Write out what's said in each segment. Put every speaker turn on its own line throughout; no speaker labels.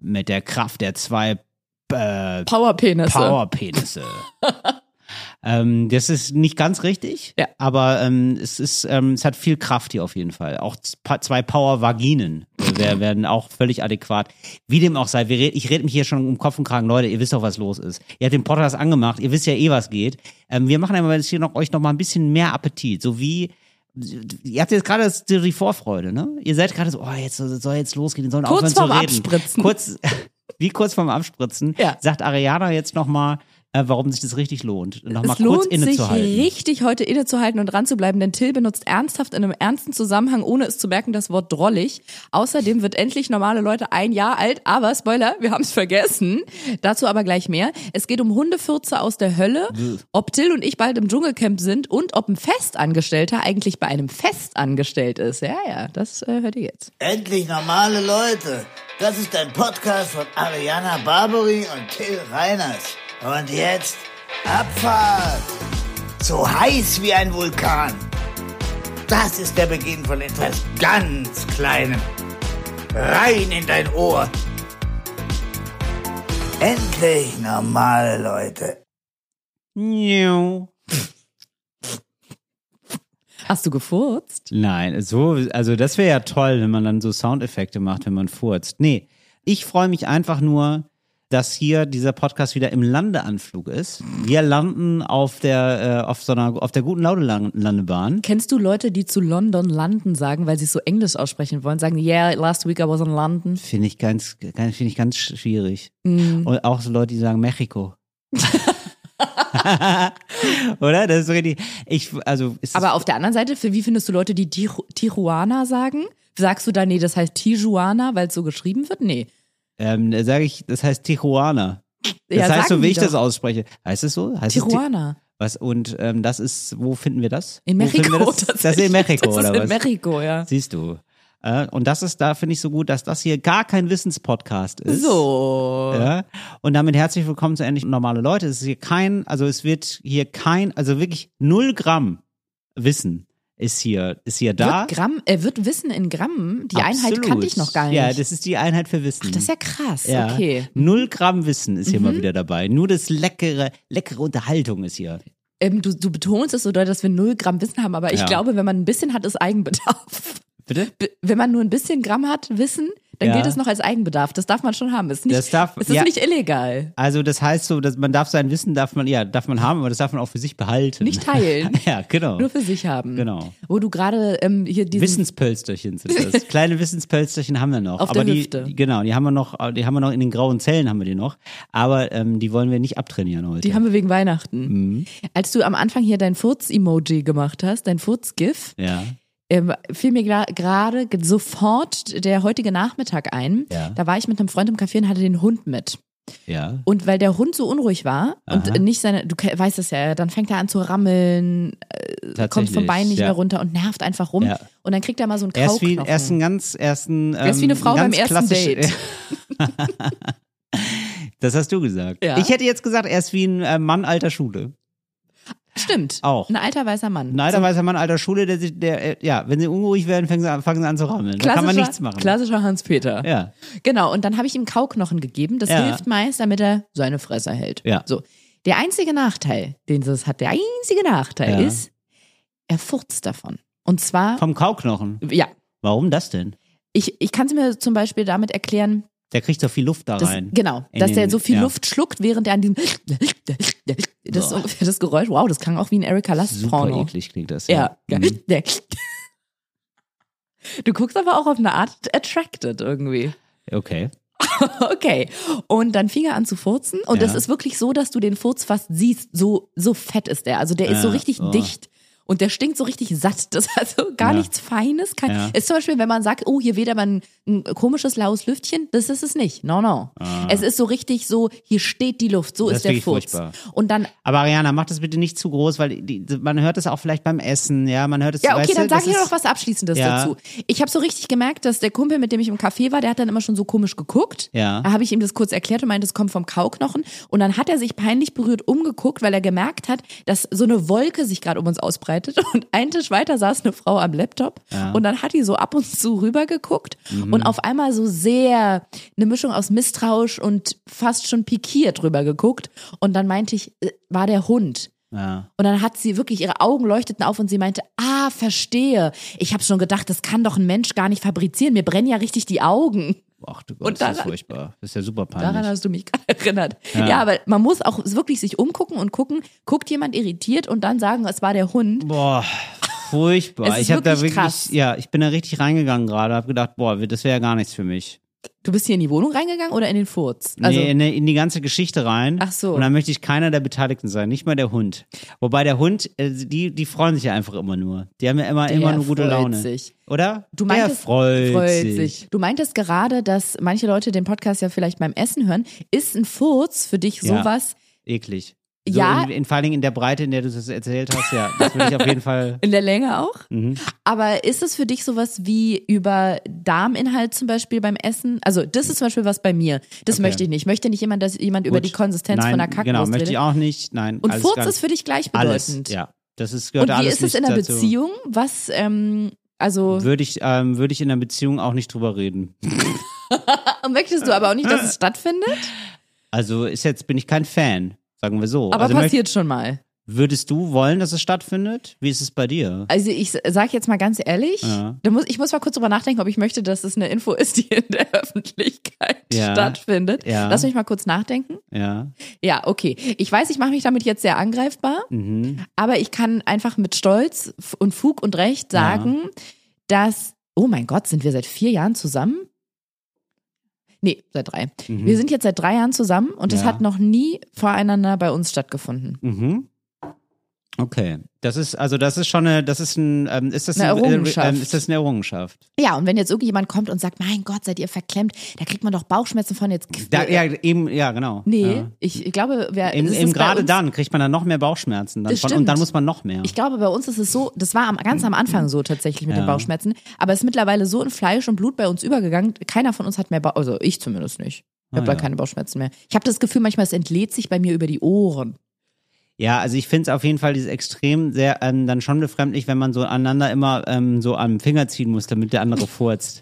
mit der Kraft der zwei äh,
Powerpenisse.
Powerpenisse. ähm, das ist nicht ganz richtig,
Ja.
aber ähm, es ist, ähm, es hat viel Kraft hier auf jeden Fall. Auch z- pa- zwei Power-Vaginen äh, wär- werden auch völlig adäquat. Wie dem auch sei, wir red, ich rede mich hier schon um Kopf und Kragen. Leute, ihr wisst doch, was los ist. Ihr habt den Podcast angemacht, ihr wisst ja eh, was geht. Ähm, wir machen aber jetzt hier noch euch noch mal ein bisschen mehr Appetit, so wie Ihr habt jetzt gerade das- die Vorfreude, ne? Ihr seid gerade so, oh, jetzt soll jetzt losgehen, die sollen
Kurz
aufhören zu
vorm
reden.
Abspritzen.
Kurz, wie kurz vorm Abspritzen,
Ja.
sagt Ariana jetzt nochmal, äh, warum sich das richtig lohnt. Nochmal
Es
kurz
lohnt sich
innezuhalten.
richtig, heute innezuhalten und dran zu bleiben, denn Till benutzt ernsthaft in einem ernsten Zusammenhang, ohne es zu merken, das Wort drollig. Außerdem wird endlich normale Leute ein Jahr alt, aber Spoiler, wir haben es vergessen. Dazu aber gleich mehr. Es geht um Hundefürze aus der Hölle, ob Till und ich bald im Dschungelcamp sind und ob ein Festangestellter eigentlich bei einem Fest angestellt ist. Ja, ja, das äh, hört ihr jetzt.
Endlich normale Leute. Das ist ein Podcast von Ariana Barbary und Till Reiners. Und jetzt Abfahrt. So heiß wie ein Vulkan. Das ist der Beginn von etwas ganz Kleinem. Rein in dein Ohr. Endlich normale Leute.
Miau.
Hast du gefurzt?
Nein, so, also das wäre ja toll, wenn man dann so Soundeffekte macht, wenn man furzt. Nee, ich freue mich einfach nur, dass hier dieser Podcast wieder im Landeanflug ist. Wir landen auf der, äh, auf so einer, auf der guten Laudelandebahn.
Kennst du Leute, die zu London landen sagen, weil sie es so englisch aussprechen wollen, sagen, yeah, last week I was in London?
Finde ich ganz, ganz finde ich ganz sch- schwierig.
Mhm.
Und auch so Leute, die sagen Mexiko. Oder? Das ist so richtig. Ich, also, ist
Aber auf der anderen Seite, für wie findest du Leute, die Tiju- Tijuana sagen? Sagst du da, nee, das heißt Tijuana, weil es so geschrieben wird? Nee.
ähm, da sage ich, das heißt Tijuana. Das
Ja,
heißt so,
sagen
wie
die
ich das
doch.
ausspreche. Heißt es so? Heißt es Ti-
Tijuana.
was? Und ähm, das ist, wo finden wir das?
In
Wo finden
Mexiko.
wir das? das ist in Mexiko,
das
oder
ist
was?
in Mexiko, ja.
Siehst du. Äh, und das ist, da finde ich so gut, dass das hier gar kein Wissenspodcast ist.
So.
Ja. Und damit herzlich willkommen zu Endlich Normale Leute. Es ist hier kein, also es wird hier kein, also wirklich null Gramm Wissen ist hier, ist hier da.
Wird, Gramm, äh, wird Wissen in Gramm, die Einheit
Absolut.
kannte ich noch gar nicht.
Ja, das ist die Einheit für Wissen.
Ach, das ist ja krass,
Ja.
okay. Mhm.
Null Gramm Wissen ist hier mal wieder dabei. Nur das leckere, leckere Unterhaltung ist hier.
Ähm, du, du betonst es so doll, dass wir null Gramm Wissen haben, aber ich
Ja.
glaube, wenn man ein bisschen hat, ist Eigenbedarf.
Bitte?
B- Wenn man nur ein bisschen Gramm hat, Wissen, dann
Ja.
gilt es noch als Eigenbedarf. Das darf man schon haben. Ist nicht,
Das darf-
es ist
ja.
nicht illegal.
Also das heißt so, dass man darf sein Wissen darf man ja darf man haben, aber das darf man auch für sich behalten.
Nicht teilen.
ja, genau.
Nur für sich haben.
Genau.
Wo du gerade ähm, hier diesen
Wissenspölsterchen sind das. Kleine Wissenspölsterchen haben wir noch.
Auf
aber
der
die,
Hüfte.
die- Genau, die haben wir noch, die haben wir noch in den grauen Zellen haben wir die noch. Aber ähm, die wollen wir nicht abtrainieren heute.
Die haben wir wegen Weihnachten.
Mhm.
Als du am Anfang hier dein Furz-Emoji gemacht hast, dein Furz-GIF,
ja.
ähm, fiel mir gra- gerade ge- sofort der heutige Nachmittag ein.
Ja.
Da war ich mit einem Freund im Café und hatte den Hund mit.
Ja.
Und weil der Hund so unruhig war
Aha.
und nicht seine, du ke- weißt es ja, dann fängt er an zu rammeln,
Tatsächlich.
kommt vom Bein nicht
ja.
mehr runter und nervt einfach rum.
Ja.
Und dann kriegt er mal so einen
Er ist wie,
Kauknochen.
er ist ein ganz, er ist ein, ähm,
ist wie eine Frau
ganz
beim ersten
klassisch-
Date.
das hast du gesagt.
Ja.
Ich hätte jetzt gesagt, er ist wie ein äh, Mann alter Schule.
Stimmt.
Auch.
Ein alter weißer Mann.
Ein alter weißer Mann alter Schule, der sich, der, äh, ja, wenn sie unruhig werden, fangen sie an, fangen sie an zu rammeln. Da kann man
Klassischer-
nichts machen.
Klassischer Hans-Peter.
Ja.
Genau, und dann habe ich ihm Kauknochen gegeben. Das
Ja.
hilft meist, damit er seine Fresse hält.
Ja.
So. Der einzige Nachteil, den es hat, der einzige Nachteil
Ja.
ist, er furzt davon. Und zwar,
Vom Kauknochen.
ja,
Warum das denn?
ich, ich kann es mir zum Beispiel damit erklären,
Der kriegt doch viel Luft da
dass,
rein.
genau,
In
dass der
den-
so viel
ja.
Luft schluckt, während er an diesem, das ist
Boah.
ungefähr das Geräusch, wow, das klang auch wie ein Erika
Super
Last-Porno.
eklig klingt das.
Ja. ja.
Mhm.
Du guckst aber auch auf eine Art attracted irgendwie.
Okay.
Okay. Und dann fing er an zu furzen. Und
Ja.
das ist wirklich so, dass du den Furz fast siehst. So, so fett ist der. Also der ist so
Ah,
richtig
oh.
dicht. Und der stinkt so richtig satt. Das ist also gar
Ja.
nichts Feines. Kein,
Ja.
Ist zum Beispiel, wenn man sagt, oh, hier weht aber ein, ein komisches, laues Lüftchen. Das ist es nicht. No, no. Es ist so richtig so, hier steht die Luft.
Ah.
So
Das
ist der
ist
Furz.
wirklich furchtbar.
Und dann,
Aber Ariana, mach das bitte nicht zu groß, weil die, die- man hört es auch vielleicht beim Essen, ja, man hört es.
ja, okay,
weißt du,
dann sag
das
ich
ist-
nur noch was Abschließendes
Ja.
dazu. Ich habe so richtig gemerkt, dass der Kumpel, mit dem ich im Café war, der hat dann immer schon so komisch geguckt.
Ja.
Da habe ich ihm das kurz erklärt und meinte, es kommt vom Kauknochen. Und dann hat er sich peinlich berührt umgeguckt, weil er gemerkt hat, dass so eine Wolke sich gerade um uns vorbereitet und einen Tisch weiter saß eine Frau am Laptop und dann hat die so ab und zu rübergeguckt
Mhm.
und auf einmal so sehr eine Mischung aus Misstrauisch und fast schon pikiert rübergeguckt und dann meinte ich, äh, war der Hund.
Ja.
Und dann hat sie wirklich, ihre Augen leuchteten auf und sie meinte, ah, verstehe. Ich habe schon gedacht, das kann doch ein Mensch gar nicht fabrizieren. Mir brennen ja richtig die Augen.
Ach du Gott,
Und
ist das
daran-
furchtbar. Das ist ja super
Daran
peinlich.
hast du mich gerade erinnert. Ja. aber man muss auch wirklich sich umgucken und gucken, guckt jemand irritiert und dann sagen, es war der Hund.
Boah,
Es
furchtbar.
ist
Ich habe da
wirklich
wirklich,
krass.
ja, ich bin da richtig reingegangen gerade, habe gedacht, boah, das wäre ja gar nichts für mich.
Du bist hier in die Wohnung reingegangen oder in den Furz?
Nee, in, in die ganze Geschichte rein.
Also Ach so.
Und dann möchte ich keiner der Beteiligten sein, nicht mal der Hund. Wobei der Hund, äh, die, die freuen sich ja einfach immer nur. Die haben ja immer, immer
Der
nur gute
freut
Laune.
sich.
Oder?
Du
der
meintest,
freut, sich.
Du meintest gerade, dass manche Leute den Podcast ja vielleicht beim Essen hören. Ist ein Furz für dich
Ja.
sowas?
Eklig. So
Ja.
In, in, vor allen Dingen in der Breite, in der du es erzählt hast, ja. Das würde ich auf jeden Fall.
In der Länge auch?
Mhm.
Aber ist es für dich sowas wie über Darminhalt zum Beispiel beim Essen? Also das ist zum Beispiel was bei mir. Das
Okay.
möchte ich nicht. Ich möchte nicht jemand, dass jemand über
Gut.
die Konsistenz
Nein,
von einer Kackwurst
Genau, möchte
redet.
ich auch nicht. Nein.
Und
alles
Furz
ganz,
ist für dich
alles.
gleichbedeutend.
Ja. Das ist,
Und
gehört
wie
alles
ist es
nicht
in einer
dazu.
Beziehung? Was, ähm, also
Würde ich, ähm, würde ich in einer Beziehung auch nicht drüber reden.
möchtest du aber auch nicht, dass es stattfindet?
Also ist jetzt, bin ich kein Fan, sagen wir so.
Aber
also möcht-
passiert schon mal.
Würdest du wollen, dass es stattfindet? Wie ist es bei dir?
Also ich sage jetzt mal ganz ehrlich,
Ja.
da muss, ich muss mal kurz drüber nachdenken, ob ich möchte, dass es eine Info ist, die in der Öffentlichkeit
Ja.
stattfindet.
Ja.
Lass mich mal kurz nachdenken.
Ja.
Ja, okay. Ich weiß, ich mache mich damit jetzt sehr angreifbar.
Mhm.
Aber ich kann einfach mit Stolz f- und Fug und Recht sagen, dass, oh mein Gott, sind wir seit vier Jahren zusammen? Nee, seit drei.
Mhm.
Wir sind jetzt seit drei Jahren zusammen und es
Ja.
hat noch nie voreinander bei uns stattgefunden.
Mhm. Okay. Das ist, also das ist schon eine, das ist ein, ähm, ist das
Eine
ein, äh,
Errungenschaft.
Ähm, ist das eine Errungenschaft?
Ja, und wenn jetzt irgendjemand kommt und sagt, mein Gott, seid ihr verklemmt, da kriegt man doch Bauchschmerzen von jetzt.
Da, ja, eben, ja, genau.
nee,
Ja.
ich glaube, wer
Eben,
es ist
eben
bei
gerade
uns-
dann kriegt man dann noch mehr Bauchschmerzen. Dann
Das
von,
stimmt.
und dann muss man noch mehr.
Ich glaube, bei uns ist es so, das war am, ganz am Anfang so tatsächlich mit den
Ja.
Bauchschmerzen, aber es ist mittlerweile so in Fleisch und Blut bei uns übergegangen, keiner von uns hat mehr, ba also ich zumindest nicht. Ich habe
Ah,
da
ja.
keine Bauchschmerzen mehr. Ich habe das Gefühl, manchmal es entlädt sich bei mir über die Ohren.
Ja, also ich finde es auf jeden Fall dieses Extrem sehr ähm, dann schon befremdlich, wenn man so aneinander immer ähm, so am Finger ziehen muss, damit der andere furzt.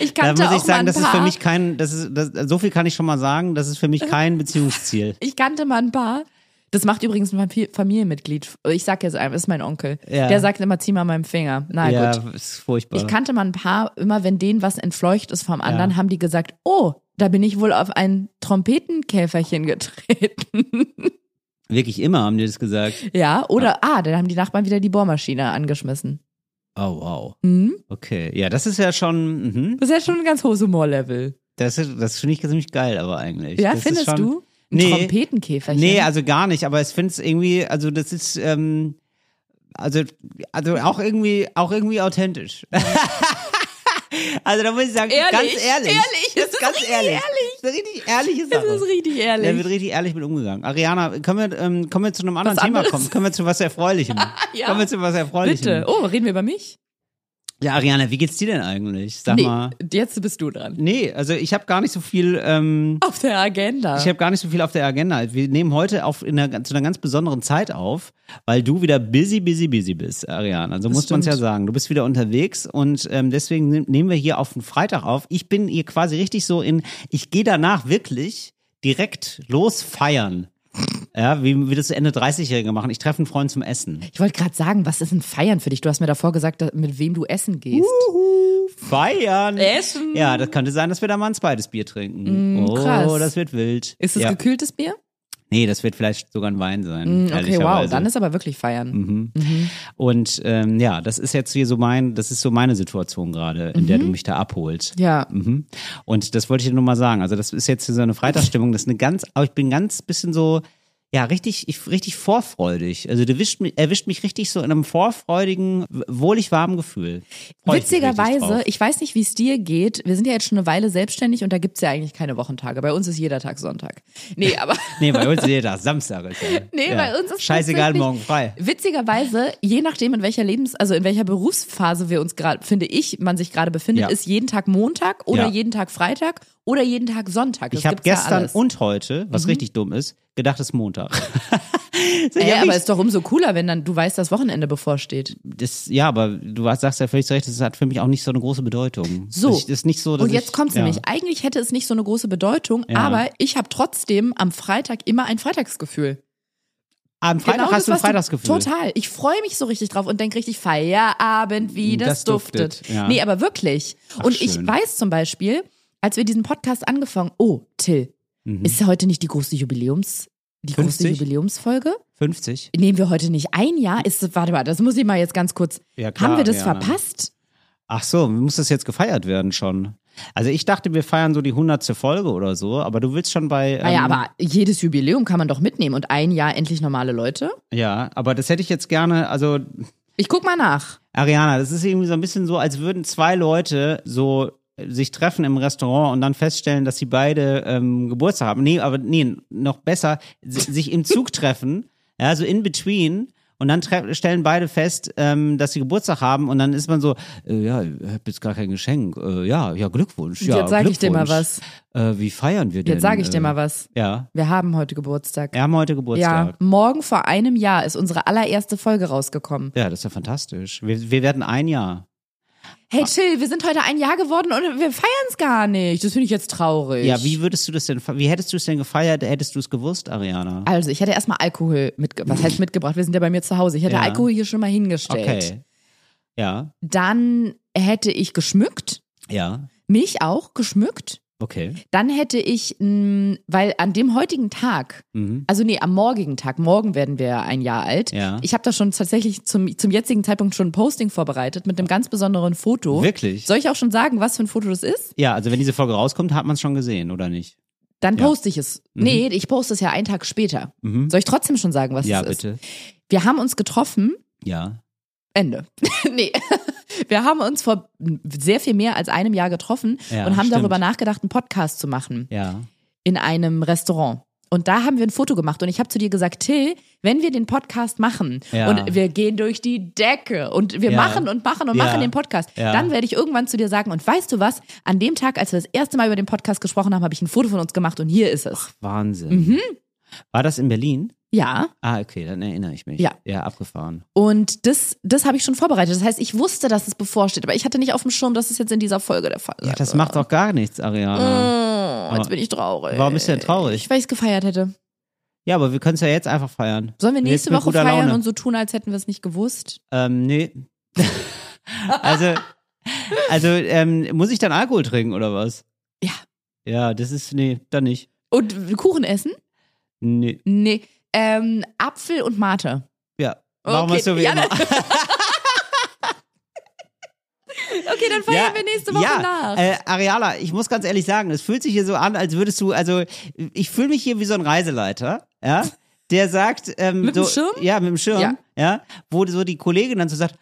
Ich
da
kannte
muss
auch
ich sagen,
mal ein
das ist
paar,
für mich kein, das ist, das, so viel kann ich schon mal sagen, das ist für mich kein Beziehungsziel.
Ich kannte mal ein paar. Das macht übrigens mein Fam- Familienmitglied. Ich sag jetzt einem, ist mein Onkel.
Ja.
Der sagt immer, zieh mal meinem Finger. Na
ja,
gut.
ist furchtbar.
Ich kannte mal ein paar, immer wenn denen was entfleucht ist vom anderen, haben die gesagt, oh, da bin ich wohl auf ein Trompetenkäferchen getreten.
Wirklich immer haben die das gesagt.
Ja, oder ah, dann haben die Nachbarn wieder die Bohrmaschine angeschmissen.
Oh, wow.
Mhm.
Okay. Ja, das ist ja schon, mhm.
Das ist ja schon ein ganz hohes Humorlevel.
das, ist- das finde ich ziemlich geil, aber eigentlich.
Ja,
das ist
findest
schon,
du? Ein
Nee.
Trompetenkäferchen.
Nee, also gar nicht, aber ich finde es irgendwie, also das ist, ähm, also, also auch irgendwie, auch irgendwie authentisch. also da muss ich sagen,
Ehrlich,
ganz ehrlich.
ehrlich,
das
es ist
ganz
richtig
ehrlich.
ehrlich.
Das ist eine richtig ehrliche
das
Sache.
ist richtig ehrlich.
Da wird richtig ehrlich mit umgegangen. Ariana, können wir, ähm, können wir zu einem anderen
Was
Thema
anderes?
kommen? Können wir zu was Erfreulichem?
Ja.
Kommen wir zu was Erfreulichem?
Bitte. Oh, reden wir über mich?
Ja, Ariana, wie geht's dir denn eigentlich? Sag mal.
jetzt bist du dran.
Nee, also ich habe gar nicht so viel, ähm,
Auf der Agenda.
ich habe gar nicht so viel auf der Agenda. Wir nehmen heute auf in einer, zu einer ganz besonderen Zeit auf, weil du wieder busy, busy, busy bist, Ariana. So muss man es ja
stimmt.
sagen. Du bist wieder unterwegs und ähm, deswegen nehm- nehmen wir hier auf den Freitag auf. Ich bin hier quasi richtig so in, ich gehe danach wirklich direkt los feiern. Ja, wie wir das Ende 30-Jährige machen. Ich treffe einen Freund zum Essen.
ich wollte gerade sagen, was ist ein Feiern für dich? Du hast mir davor gesagt, da- mit wem du essen gehst.
Uh. Feiern!
Essen.
Ja, das könnte sein, dass wir da mal ein zweites Bier trinken.
Mm,
oh,
krass.
das wird wild.
Ist es
ja.
gekühltes Bier?
Nee, das wird vielleicht sogar ein Wein sein.
Mm, Okay, wow.
ehrlicherweise. Mhm.
Dann ist aber wirklich Feiern.
Und ähm, ja, das ist jetzt hier so mein, das ist so meine Situation gerade, in der du mich da abholst.
Mhm. Ja.
Mhm. Und das wollte ich dir nur mal sagen. Also das ist jetzt hier so eine Freitagsstimmung. Das ist eine ganz, aber ich bin ganz bisschen so, ja, richtig, ich, richtig vorfreudig. Also du erwischt mich, erwischt mich richtig so in einem vorfreudigen, wohlig warmen Gefühl. Freu ich mich richtig
Witzigerweise,
drauf.
ich weiß nicht, wie es dir geht. Wir sind ja jetzt schon eine Weile selbstständig und da gibt's ja eigentlich keine Wochentage. Bei uns ist jeder Tag Sonntag. Nee, aber.
Nee, bei uns ist jeder Samstag. Ist ja.
Nee,
ja.
bei uns ist
Scheißegal,
tatsächlich-
morgen frei.
Witzigerweise, je nachdem in welcher Lebens, also in welcher Berufsphase wir uns gerade, finde ich, man sich gerade befindet,
Ja.
ist jeden Tag Montag oder
Ja.
jeden Tag Freitag oder jeden Tag Sonntag. Das
Ich habe
gibt's ja
gestern
alles. Mhm.
und heute, was richtig dumm ist, gedacht, es ist Montag. So, ich hab
Ey, Äh, aber
nicht-
ist doch umso cooler, wenn dann du weißt, dass Wochenende bevorsteht.
das, ja, aber du hast- sagst ja völlig zu Recht, das hat für mich auch nicht so eine große Bedeutung.
So.
Das ist nicht so, dass
Und jetzt
ich,
kommt's
ja.
nämlich. Eigentlich hätte es nicht so eine große Bedeutung,
Ja.
aber ich habe trotzdem am Freitag immer ein Freitagsgefühl.
Am Freitag
Genau das,
hast du ein
was
Freitagsgefühl.
Total. Ich freue mich so richtig drauf und denke richtig, Feierabend, wie das,
Hm, Das
duftet.
duftet, ja.
Nee, aber wirklich. und ich
schön.
weiß zum Beispiel, als wir diesen Podcast angefangen, oh, Till,
Mhm.
ist ja heute nicht die große Jubiläums, die
50?
große Jubiläumsfolge?
50?
Nehmen wir heute nicht ein Jahr? Ist, warte mal, das muss ich mal jetzt ganz kurz.
Ja, klar,
haben wir das
ja.
verpasst?
Ach so, muss das jetzt gefeiert werden schon? Also ich dachte, wir feiern so die 100. Folge oder so, aber du willst schon bei... Ähm,
naja, aber jedes Jubiläum kann man doch mitnehmen und ein Jahr endlich normale Leute.
Ja, aber das hätte ich jetzt gerne, also
Ich guck mal nach.
Ariana, das ist irgendwie so ein bisschen so, als würden zwei Leute so äh, sich treffen im Restaurant und dann feststellen, dass sie beide ähm, Geburtstag haben. Nee, aber nee, noch besser, si- sich im Zug treffen, ja, so in between. Und dann tre- stellen beide fest, ähm, dass sie Geburtstag haben und dann ist man so, äh, ja, ich hab jetzt gar kein Geschenk. Äh, ja, ja, Glückwunsch. Ja,
Jetzt sag ich dir mal
Glückwunsch. Äh, wie feiern wir denn?
Jetzt sage ich dir
äh,
mal was.
Ja,
Wir haben heute Geburtstag.
wir haben heute Geburtstag.
Ja, morgen vor einem Jahr ist unsere allererste Folge rausgekommen.
Ja, das ist ja fantastisch. Wir, wir werden ein Jahr.
Hey,
Ah.
chill, wir sind heute ein Jahr geworden und wir feiern es gar nicht. Das finde ich jetzt traurig.
Ja, wie würdest du das denn, fe- wie hättest du es denn gefeiert, hättest du es gewusst, Ariana?
Also, ich hätte erstmal Alkohol mitgebracht. Was heißt mitgebracht? Wir sind ja bei mir zu Hause. Ich hätte
Ja.
Alkohol hier schon mal hingestellt.
Okay. Ja,
Dann hätte ich geschmückt.
ja,
Mich auch geschmückt.
okay.
Dann hätte ich, mh, weil an dem heutigen Tag,
Mhm.
also nee, am morgigen Tag, morgen werden wir ja ein Jahr alt.
Ja.
Ich habe da schon tatsächlich zum, zum jetzigen Zeitpunkt schon ein Posting vorbereitet mit einem ganz besonderen Foto.
Wirklich?
Soll ich auch schon sagen, was für ein Foto das ist?
Ja, also wenn diese Folge rauskommt, hat man es schon gesehen, oder nicht?
Dann
Ja.
poste ich es. Nee, ich poste es ja einen Tag später.
Mhm.
Soll ich trotzdem schon sagen, was
Ja,
es ist?
bitte.
Wir haben uns getroffen.
Ja.
Ende. nee. Wir haben uns vor sehr viel mehr als einem Jahr getroffen
Ja,
und haben
stimmt.
darüber nachgedacht, einen Podcast zu machen
Ja.
in einem Restaurant. Und da haben wir ein Foto gemacht und ich habe zu dir gesagt, Till, wenn wir den Podcast machen
Ja.
und wir gehen durch die Decke und wir
Ja.
machen und machen und
Ja.
machen den Podcast,
Ja.
dann werde ich irgendwann zu dir sagen, und weißt du was, an dem Tag, als wir das erste Mal über den Podcast gesprochen haben, habe ich ein Foto von uns gemacht und hier ist es. Mhm.
Wahnsinn. War das in Berlin?
Ja,
Ah, okay, dann erinnere ich mich.
Ja.
Ja, abgefahren.
und das, das habe ich schon vorbereitet. Das heißt, ich wusste, dass es bevorsteht, aber ich hatte nicht auf dem Schirm, dass es jetzt in dieser Folge der Fall ist.
Ja, das macht doch gar nichts, Ariana.
Oh, jetzt
Aber-
bin ich traurig.
Warum bist du denn
Ich,
traurig?
weil ich es gefeiert hätte.
Ja, aber wir können es ja jetzt einfach feiern.
Sollen wir
Jetzt
nächste
mit
Woche
guter
feiern
Laune.
und so tun, als hätten wir es nicht gewusst?
Ähm, nee. also, also ähm, muss ich dann Alkohol trinken oder was?
Ja.
Ja, das ist, nee, dann nicht.
Und Kuchen essen?
Nee,
Nee. Ähm, Apfel und Mate.
ja. Machen wir es so wie
ja,
immer.
dann- Okay, dann feiern wir nächste Woche
ja,
nach.
Äh, Ariala, ich muss ganz ehrlich sagen, es fühlt sich hier so an, als würdest du, also ich fühle mich hier wie so ein Reiseleiter, ja, der sagt, ähm,
Mit
so,
dem Schirm?
Ja, mit dem Schirm,
Ja.
ja. wo so die Kollegin dann so sagt,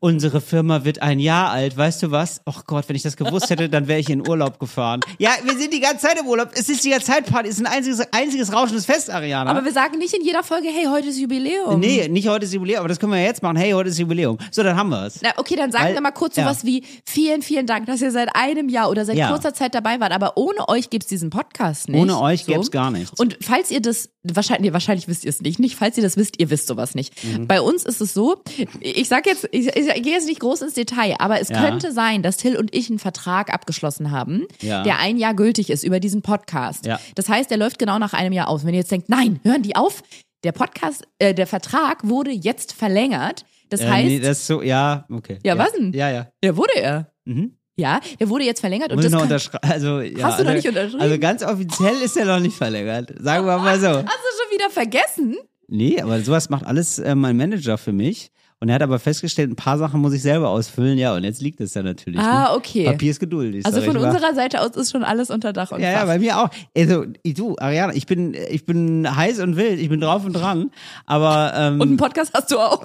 unsere Firma wird ein Jahr alt, weißt du was? Oh Gott, wenn ich das gewusst hätte, dann wäre ich in Urlaub gefahren. Ja, wir sind die ganze Zeit im Urlaub, es ist die ganze Zeit Party, es ist ein einziges, einziges rauschendes Fest, Ariana.
Aber wir sagen nicht in jeder Folge, hey, heute ist Jubiläum.
Nee, nicht heute ist Jubiläum, aber das können wir ja jetzt machen. Hey, heute ist Jubiläum. So, dann haben wir es.
Na, okay, dann sagen
Weil-
wir mal kurz
ja.
sowas wie, vielen, vielen Dank, dass ihr seit einem Jahr oder seit
Ja.
kurzer Zeit dabei wart. Aber ohne euch gibt's diesen Podcast nicht.
Ohne euch gäb's gar nichts.
Und falls ihr das, wahrscheinlich, nee, wahrscheinlich wisst ihr es nicht, nicht, falls ihr das wisst, ihr wisst sowas nicht.
Mhm.
Bei uns ist es so, ich sag jetzt, ich, ich, ich gehe jetzt nicht groß ins Detail, aber es
Ja.
könnte sein, dass Till und ich einen Vertrag abgeschlossen haben,
Ja.
der ein Jahr gültig ist über diesen Podcast.
Ja.
Das heißt, der läuft genau nach einem Jahr aus. Wenn ihr jetzt denkt, nein, hören die auf, der Podcast, äh, der Vertrag wurde jetzt verlängert. Das
Äh,
heißt,
nee, das ist so, ja, okay.
Ja, was denn?
Ja, ja.
ja, wurde er.
Mhm.
Ja, der wurde jetzt verlängert und
Muss
das
noch
kann,
unterschre- also, ja,
Hast du noch
also-
nicht unterschrieben?
Also ganz offiziell ist er noch nicht verlängert. Sagen wir mal so.
hast du schon wieder vergessen?
Nee, aber sowas macht alles äh, mein Manager für mich. Und er hat aber festgestellt, ein paar Sachen muss ich selber ausfüllen. Ja, und jetzt liegt es ja natürlich.
Ah,
ne?
okay.
Papier ist geduldig.
Also
sag ich
von
mal.
unserer Seite aus ist schon alles unter Dach und
Ja, ja,
Fach.
bei mir auch. Also, du, Ariana, ich bin, ich bin heiß und wild, ich bin drauf und dran. Aber ähm,
und einen Podcast hast du auch.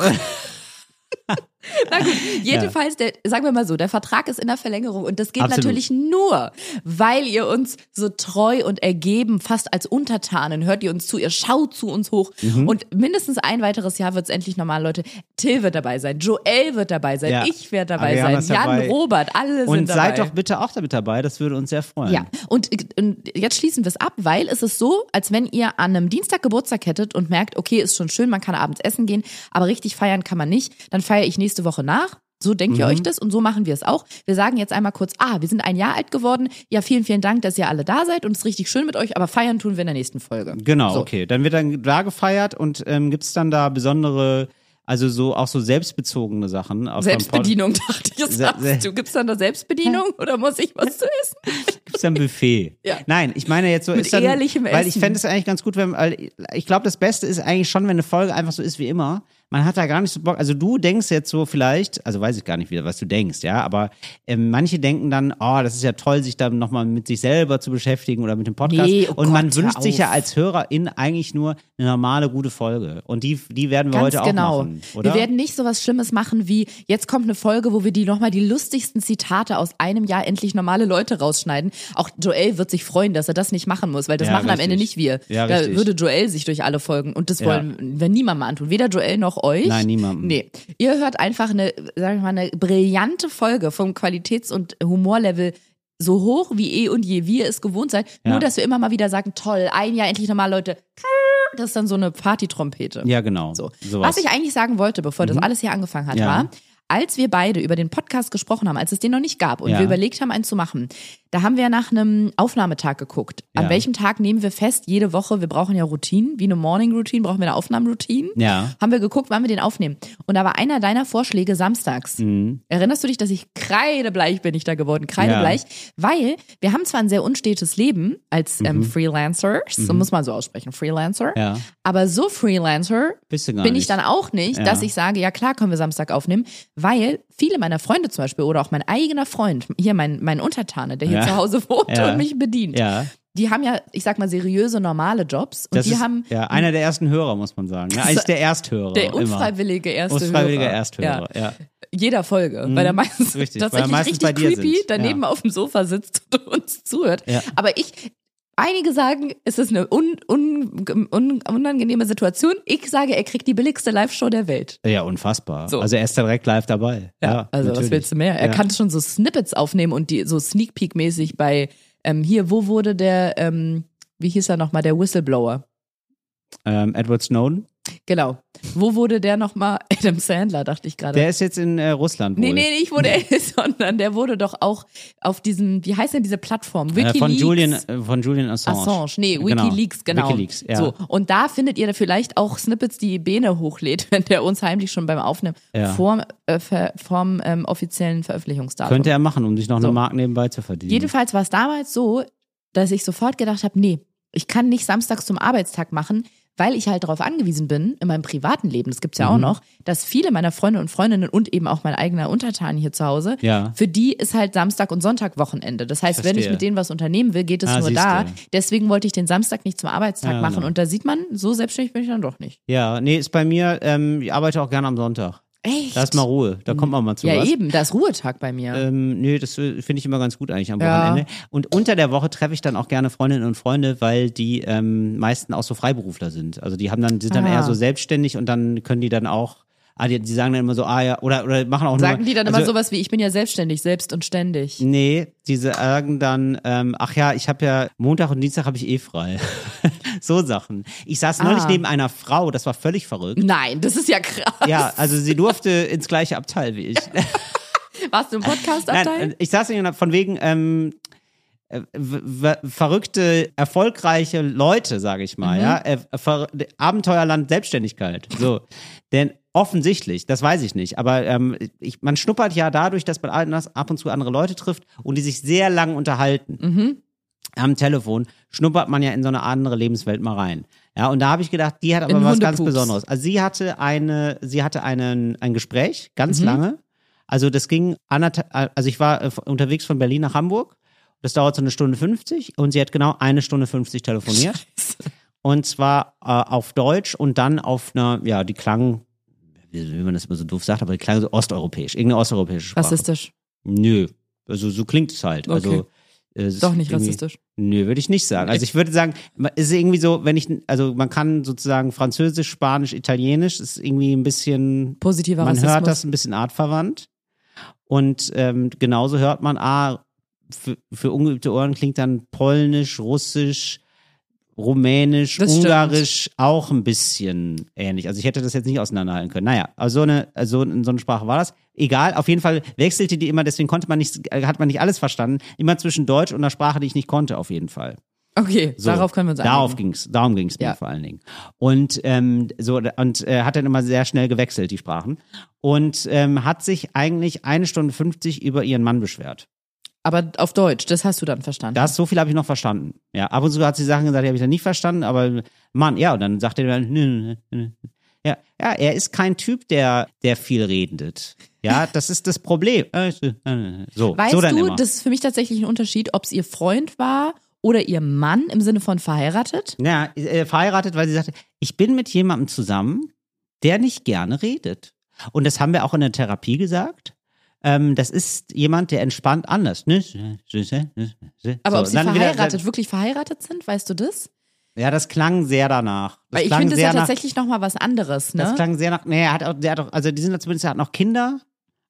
Na gut, jedenfalls, der, sagen wir mal so, der Vertrag ist in der Verlängerung und das geht
Absolut.
natürlich nur, weil ihr uns so treu und ergeben, fast als Untertanen, hört ihr uns zu, ihr schaut zu uns hoch
Mhm.
und mindestens ein weiteres Jahr wird es endlich normal, Leute. Till wird dabei sein, Joel wird dabei sein,
Ja.
ich werde dabei
Ariana ist
sein, Jan,
dabei.
Robert, alle
Und
sind dabei.
seid doch bitte auch damit dabei, das würde uns sehr freuen.
Ja, und, und jetzt schließen wir es ab, weil es ist so, als wenn ihr an einem Dienstag Geburtstag hättet und merkt, okay, ist schon schön, man kann abends essen gehen, aber richtig feiern kann man nicht, dann feiere ich nächste Woche nach. So denkt
Mhm.
ihr euch das und so machen wir es auch. Wir sagen jetzt einmal kurz, ah, wir sind ein Jahr alt geworden. Ja, vielen, vielen Dank, dass ihr alle da seid und es ist richtig schön mit euch, aber feiern tun wir in der nächsten Folge.
Genau,
So.
okay. Dann wird dann da gefeiert und ähm, gibt es dann da besondere, also so auch so selbstbezogene Sachen. Auf
Selbstbedienung, dachte ich, jetzt
Se- se-
sagst du, gibt's dann da Selbstbedienung oder muss ich was zu essen?
Gibt es dann Buffet?
Ja.
Nein, ich meine jetzt so
Mit
ist dann,
ehrlichem
Weil ich
Essen.
fände es eigentlich ganz gut, wenn, weil ich glaube, das Beste ist eigentlich schon, wenn eine Folge einfach so ist wie immer. Man hat da gar nicht so Bock. Also du denkst jetzt so vielleicht, also weiß ich gar nicht wieder, was du denkst, ja, aber ähm, manche denken dann, oh, das ist ja toll, sich dann nochmal mit sich selber zu beschäftigen oder mit dem Podcast.
Nee, oh
Und man
Gott, hör
wünscht sich ja
auf.
als Hörerin eigentlich nur eine normale, gute Folge. Und die, die werden wir heute auch machen, oder?
genau. Wir werden nicht so was Schlimmes machen wie, jetzt kommt eine Folge, wo wir die nochmal die lustigsten Zitate aus einem Jahr endlich normale Leute rausschneiden. Auch Joel wird sich freuen, dass er das nicht machen muss, weil das
Ja,
machen am
richtig.
Ende nicht wir.
Ja,
da
richtig.
würde Joel sich durch alle Folgen und das
Ja.
wollen wir niemandem antun. Weder Joel noch euch.
Nein, niemandem.
Nee. Ihr hört einfach eine, sag ich mal, eine brillante Folge vom Qualitäts- und Humorlevel so hoch wie eh und je wir es gewohnt seid.
Ja.
Nur, dass wir immer mal wieder sagen, toll, ein Jahr endlich normal, Leute. Das ist dann so eine Partytrompete.
ja, genau.
So.
Sowas.
Was ich eigentlich sagen wollte, bevor das alles hier angefangen hat,
Mhm. Ja.
war, als wir beide über den Podcast gesprochen haben, als es den noch nicht gab und
Ja.
wir überlegt haben, einen zu machen, da haben wir nach einem Aufnahmetag geguckt. An
Ja.
welchem Tag nehmen wir fest, jede Woche, wir brauchen ja Routinen, wie eine Morning-Routine, brauchen wir eine Aufnahmenroutine.
Ja.
Haben wir geguckt, wann wir den aufnehmen. Und da war einer deiner Vorschläge samstags.
Mhm.
Erinnerst du dich, dass ich kreidebleich bin ich da geworden? Kreidebleich. Weil wir haben zwar ein sehr unstetes Leben als ähm, Freelancers, so muss man so aussprechen, Freelancer.
Mhm. Ja.
Aber so Freelancer
Bist du gar
bin
nicht.
ich dann auch nicht, dass
Ja.
ich sage, ja klar können wir Samstag aufnehmen, weil viele meiner Freunde zum Beispiel oder auch mein eigener Freund, hier mein, mein Untertane, der hier
Ja.
zu Hause wohnt
Ja.
und mich bedient,
ja.
die haben ja, ich sag mal, seriöse, normale Jobs und
Das
die
ist
haben
ja, einer der ersten Hörer, muss man sagen. Ja, eigentlich der Ersthörer.
der
immer.
unfreiwillige erste
Unfreiwilliger
Hörer.
Ersthörer. Ja. Mhm.
jeder Folge, weil er meistens
Richtig, weil er
tatsächlich
meistens
richtig
bei dir
creepy
sitzt,
daneben
ja.
auf dem Sofa sitzt und uns zuhört.
Ja.
Aber ich, einige sagen, es ist eine un, un, un, unangenehme Situation. Ich sage, er kriegt die billigste Live-Show der Welt.
ja. unfassbar.
So.
Also er ist direkt live dabei. Ja,
also was
natürlich.
willst du mehr? Er
Ja.
kann schon so Snippets aufnehmen und die so Sneak Peek mäßig bei ähm, hier, wo wurde der, ähm, wie hieß er nochmal, der Whistleblower?
Ähm, Edward Snowden,
Genau. Wo wurde der nochmal? Adam Sandler, dachte ich gerade.
der ist jetzt in äh, Russland.
Nee,
wohl.
nee, nicht wurde er, sondern der wurde doch auch auf diesem, wie heißt denn diese Plattform?
Äh,
Wikileaks.
von Julian, äh, von Julian Assange.
Assange, nee, Wikileaks, genau.
Wikileaks, ja.
So, und da findet ihr da vielleicht auch Snippets, die Bene hochlädt, wenn der uns heimlich schon beim Aufnehmen
Ja.
vorm, äh, ver, vorm ähm, offiziellen Veröffentlichungsdatum.
Könnte er machen, um sich noch
So.
eine Mark nebenbei zu verdienen.
Jedenfalls war es damals so, dass ich sofort gedacht habe, nee, ich kann nicht samstags zum Arbeitstag machen, weil ich halt darauf angewiesen bin, in meinem privaten Leben, das gibt's ja
Mhm.
auch noch, dass viele meiner Freunde und Freundinnen und eben auch mein eigener Untertan hier zu Hause,
Ja.
für die ist halt Samstag und Sonntag Wochenende. Das heißt, wenn ich
Verstehe.
mit denen was unternehmen will, geht es
Ah,
nur
siehste.
da. Deswegen wollte ich den Samstag nicht zum Arbeitstag
Ja,
machen.
genau.
Und da sieht man, so selbstständig bin ich dann doch nicht.
ja, nee, ist bei mir, ähm, ich arbeite auch gerne am Sonntag.
Echt?
Da ist mal Ruhe, da kommt man mal zu
ja,
was.
eben, da ist Ruhetag bei mir.
Ähm, nö, das äh, finde ich immer ganz gut eigentlich am
Ja.
Wochenende. Und unter der Woche treffe ich dann auch gerne Freundinnen und Freunde, weil die ähm, meisten auch so Freiberufler sind. Also die haben dann, sind dann
Ah.
eher so selbstständig und dann können die dann auch, ah, die, die sagen dann immer so, ah ja, oder, oder machen auch
Sagen
nur,
die dann immer
also,
sowas wie, ich bin ja selbstständig, selbst und ständig.
Nee, die sagen dann, ähm, ach ja, ich habe ja Montag und Dienstag habe ich eh frei. so Sachen. Ich saß neulich
Ah.
neben einer Frau, das war völlig verrückt.
Nein, das ist ja krass.
Ja, also sie durfte ins gleiche Abteil wie ich.
Warst du im Podcast-Abteil?
Äh, Nein, ich saß nicht und von wegen ähm, äh, w- w- verrückte, erfolgreiche Leute, sage ich
Mhm.
mal, ja, äh, ver Abenteuerland Selbstständigkeit. So, denn offensichtlich, das weiß ich nicht, aber ähm, ich, man schnuppert ja dadurch, dass man anders- ab und zu andere Leute trifft und die sich sehr lang unterhalten
Mhm.
am Telefon schnuppert man ja in so eine andere Lebenswelt mal rein. Ja, und da habe ich gedacht, die hat aber
In
was ganz
Hundepups.
Besonderes. Also sie hatte eine, sie hatte einen, ein Gespräch ganz
Mhm.
lange. Also das ging anderthalb, also ich war äh, unterwegs von Berlin nach Hamburg. Das dauert so eine Stunde 50 und sie hat genau eine Stunde 50 telefoniert. Und zwar äh, auf Deutsch und dann auf einer, ja, die klang, wie man das immer so doof sagt, aber die klang so osteuropäisch, irgendeine osteuropäische Sprache.
Rassistisch.
Nö. Also so klingt es halt. Also
Okay.
äh, es
Doch
ist
nicht
irgendwie-
rassistisch.
Nö, würde ich nicht sagen. Also ich würde sagen, ma- ist irgendwie so, wenn ich, also man kann sozusagen Französisch, Spanisch, Italienisch, ist irgendwie ein bisschen,
Positiver
man
Rassismus.
hört das ein bisschen artverwandt. Und ähm, genauso hört man, ah, für, für ungeübte Ohren klingt dann Polnisch, Russisch, Rumänisch,
Das stimmt.
Ungarisch auch ein bisschen ähnlich. Also ich hätte das jetzt nicht auseinanderhalten können. Naja, also so eine, also so eine Sprache war das. Egal, auf jeden Fall wechselte die immer, deswegen konnte man nicht, hat man nicht alles verstanden. Immer zwischen Deutsch und einer Sprache, die ich nicht konnte, auf jeden Fall.
Okay,
So,
darauf können wir uns
Darauf
einigen.
ging's, darum ging's mir
Ja.
vor allen Dingen. Und ähm, so und äh, hat dann immer sehr schnell gewechselt die Sprachen und ähm, hat sich eigentlich eine Stunde 50 über ihren Mann beschwert.
Aber auf Deutsch, das hast du dann verstanden.
Das so viel habe ich noch verstanden. Ja, ab und zu hat sie Sachen gesagt, die habe ich dann nicht verstanden, aber Mann, ja und dann sagt er dann nö, nö, nö. ja, ja, er ist kein Typ, der der viel redet. Ja, das ist das Problem. Äh, äh, So,
weißt
so dann
du,
immer.
das ist für mich tatsächlich ein Unterschied, ob es ihr Freund war oder ihr Mann im Sinne von verheiratet.
Ja, äh, verheiratet, weil sie sagte, ich bin mit jemandem zusammen, der nicht gerne redet. Und das haben wir auch in der Therapie gesagt. Ähm, das ist jemand, der entspannt anders. Ne?
Aber
So,
ob sie
dann wieder-
verheiratet, wirklich verheiratet sind, weißt du das?
ja, das klang sehr danach. Das
Weil ich
klang
finde, das ist
sehr
ja
nach,
tatsächlich nochmal was anderes, ne?
Das klang sehr nach. Nee, er hat auch, der hat auch, also die sind ja zumindest, er hat noch Kinder.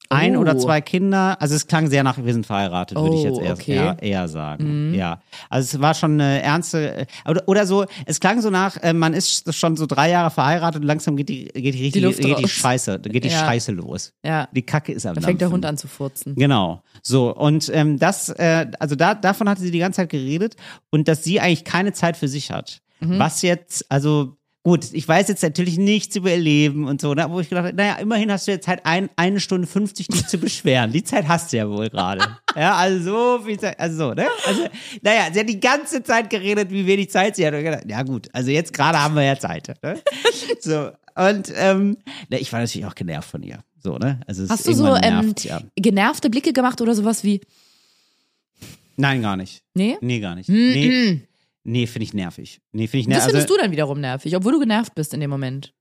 Ein
Oh.
oder zwei Kinder. Also es klang sehr nach, wir sind verheiratet, würde ich jetzt
Oh,
erst
okay. Mhm.
eher, eher sagen. Ja. Also es war schon eine ernste. äh, Oder, oder so, es klang so nach, äh, man ist schon so drei Jahre verheiratet und langsam geht die, geht die, richtige,
Luft
geht die
raus.
Scheiße, geht die
Ja.
Scheiße los.
ja,
Die Kacke ist am
da fängt der
Dampfen.
Hund an zu furzen.
Genau. So, und ähm, das, äh, also da, davon hatte sie die ganze Zeit geredet und dass sie eigentlich keine Zeit für sich hat.
Mhm.
Was jetzt, also gut, ich weiß jetzt natürlich nichts über ihr Leben und so, ne, wo ich gedacht habe, naja, immerhin hast du jetzt halt ein, eine Stunde 50 dich zu beschweren. Die Zeit hast du ja wohl gerade. ja, also so viel Zeit, also so, ne? Also, naja, sie hat die ganze Zeit geredet, wie wenig Zeit sie hat. Und ich gedacht, ja gut, also jetzt gerade haben wir ja Zeit. Ne? so. Und ähm, ne, ich war natürlich auch genervt von ihr. So, ne? Also es
Hast du so
irgendwann
ähm,
nervt's, ja.
genervte Blicke gemacht oder sowas wie,
Nein, gar nicht.
nee?
Nee, gar nicht. Nee, nee finde ich nervig. Nee, finde ich
Das
nervig.
findest
Also,
du dann wiederum nervig, obwohl du genervt bist in dem Moment.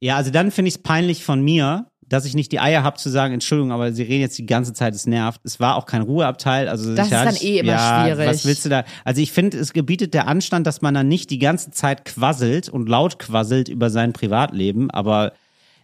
ja, also dann finde ich es peinlich von mir, dass ich nicht die Eier habe zu sagen, Entschuldigung, aber sie reden jetzt die ganze Zeit, es nervt. Es war auch kein Ruheabteil. Also
Das
ich- ja,
ist dann
ich-
eh immer
ja,
schwierig.
Was willst du da? Also ich finde, es gebietet der Anstand, dass man dann nicht die ganze Zeit quasselt und laut quasselt über sein Privatleben, aber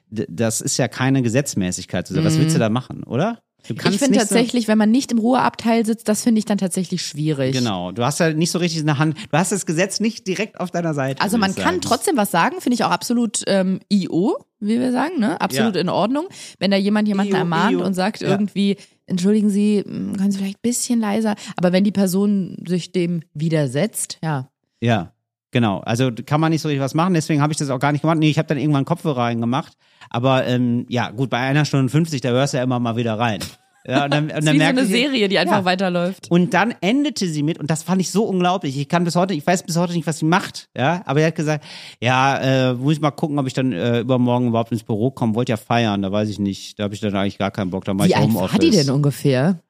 d- das ist ja keine Gesetzmäßigkeit. zu sagen. Was willst du da machen, oder? Du
Mm. Ich finde
nicht so-
tatsächlich, wenn man nicht im Ruheabteil sitzt, das finde ich dann tatsächlich schwierig.
Genau, du hast ja nicht so richtig in der Hand, du hast das Gesetz nicht direkt auf deiner Seite.
Also
würde
man
ich
kann
sagen.
trotzdem was sagen, finde ich auch absolut ähm, IO, wie wir sagen, ne? Absolut
Ja.
in Ordnung. Wenn da jemand jemanden
IO,
ermahnt
IO.
und sagt
Ja.
irgendwie, entschuldigen Sie, mh, können Sie vielleicht ein bisschen leiser. Aber wenn die Person sich dem widersetzt, ja.
Ja, genau. Also kann man nicht so richtig was machen, deswegen habe ich das auch gar nicht gemacht. Nee, ich habe dann irgendwann Kopfhörer reingemacht. Aber ähm, ja, gut, bei einer Stunde 50, da hörst du ja immer mal wieder rein. Ja, und dann, und
Das
dann
ist wie so
merke
eine
ich,
Serie, die einfach
Ja.
weiterläuft.
Und dann endete sie mit, und das fand ich so unglaublich. Ich kann bis heute, ich weiß bis heute nicht, was sie macht, ja. Aber sie hat gesagt, ja, äh, muss ich mal gucken, ob ich dann äh, übermorgen überhaupt ins Büro komme. Wollte ja feiern, da weiß ich nicht. Da habe ich dann eigentlich gar keinen Bock. Da mache
Wie
ich
alt
Homeoffice.
war die denn ungefähr?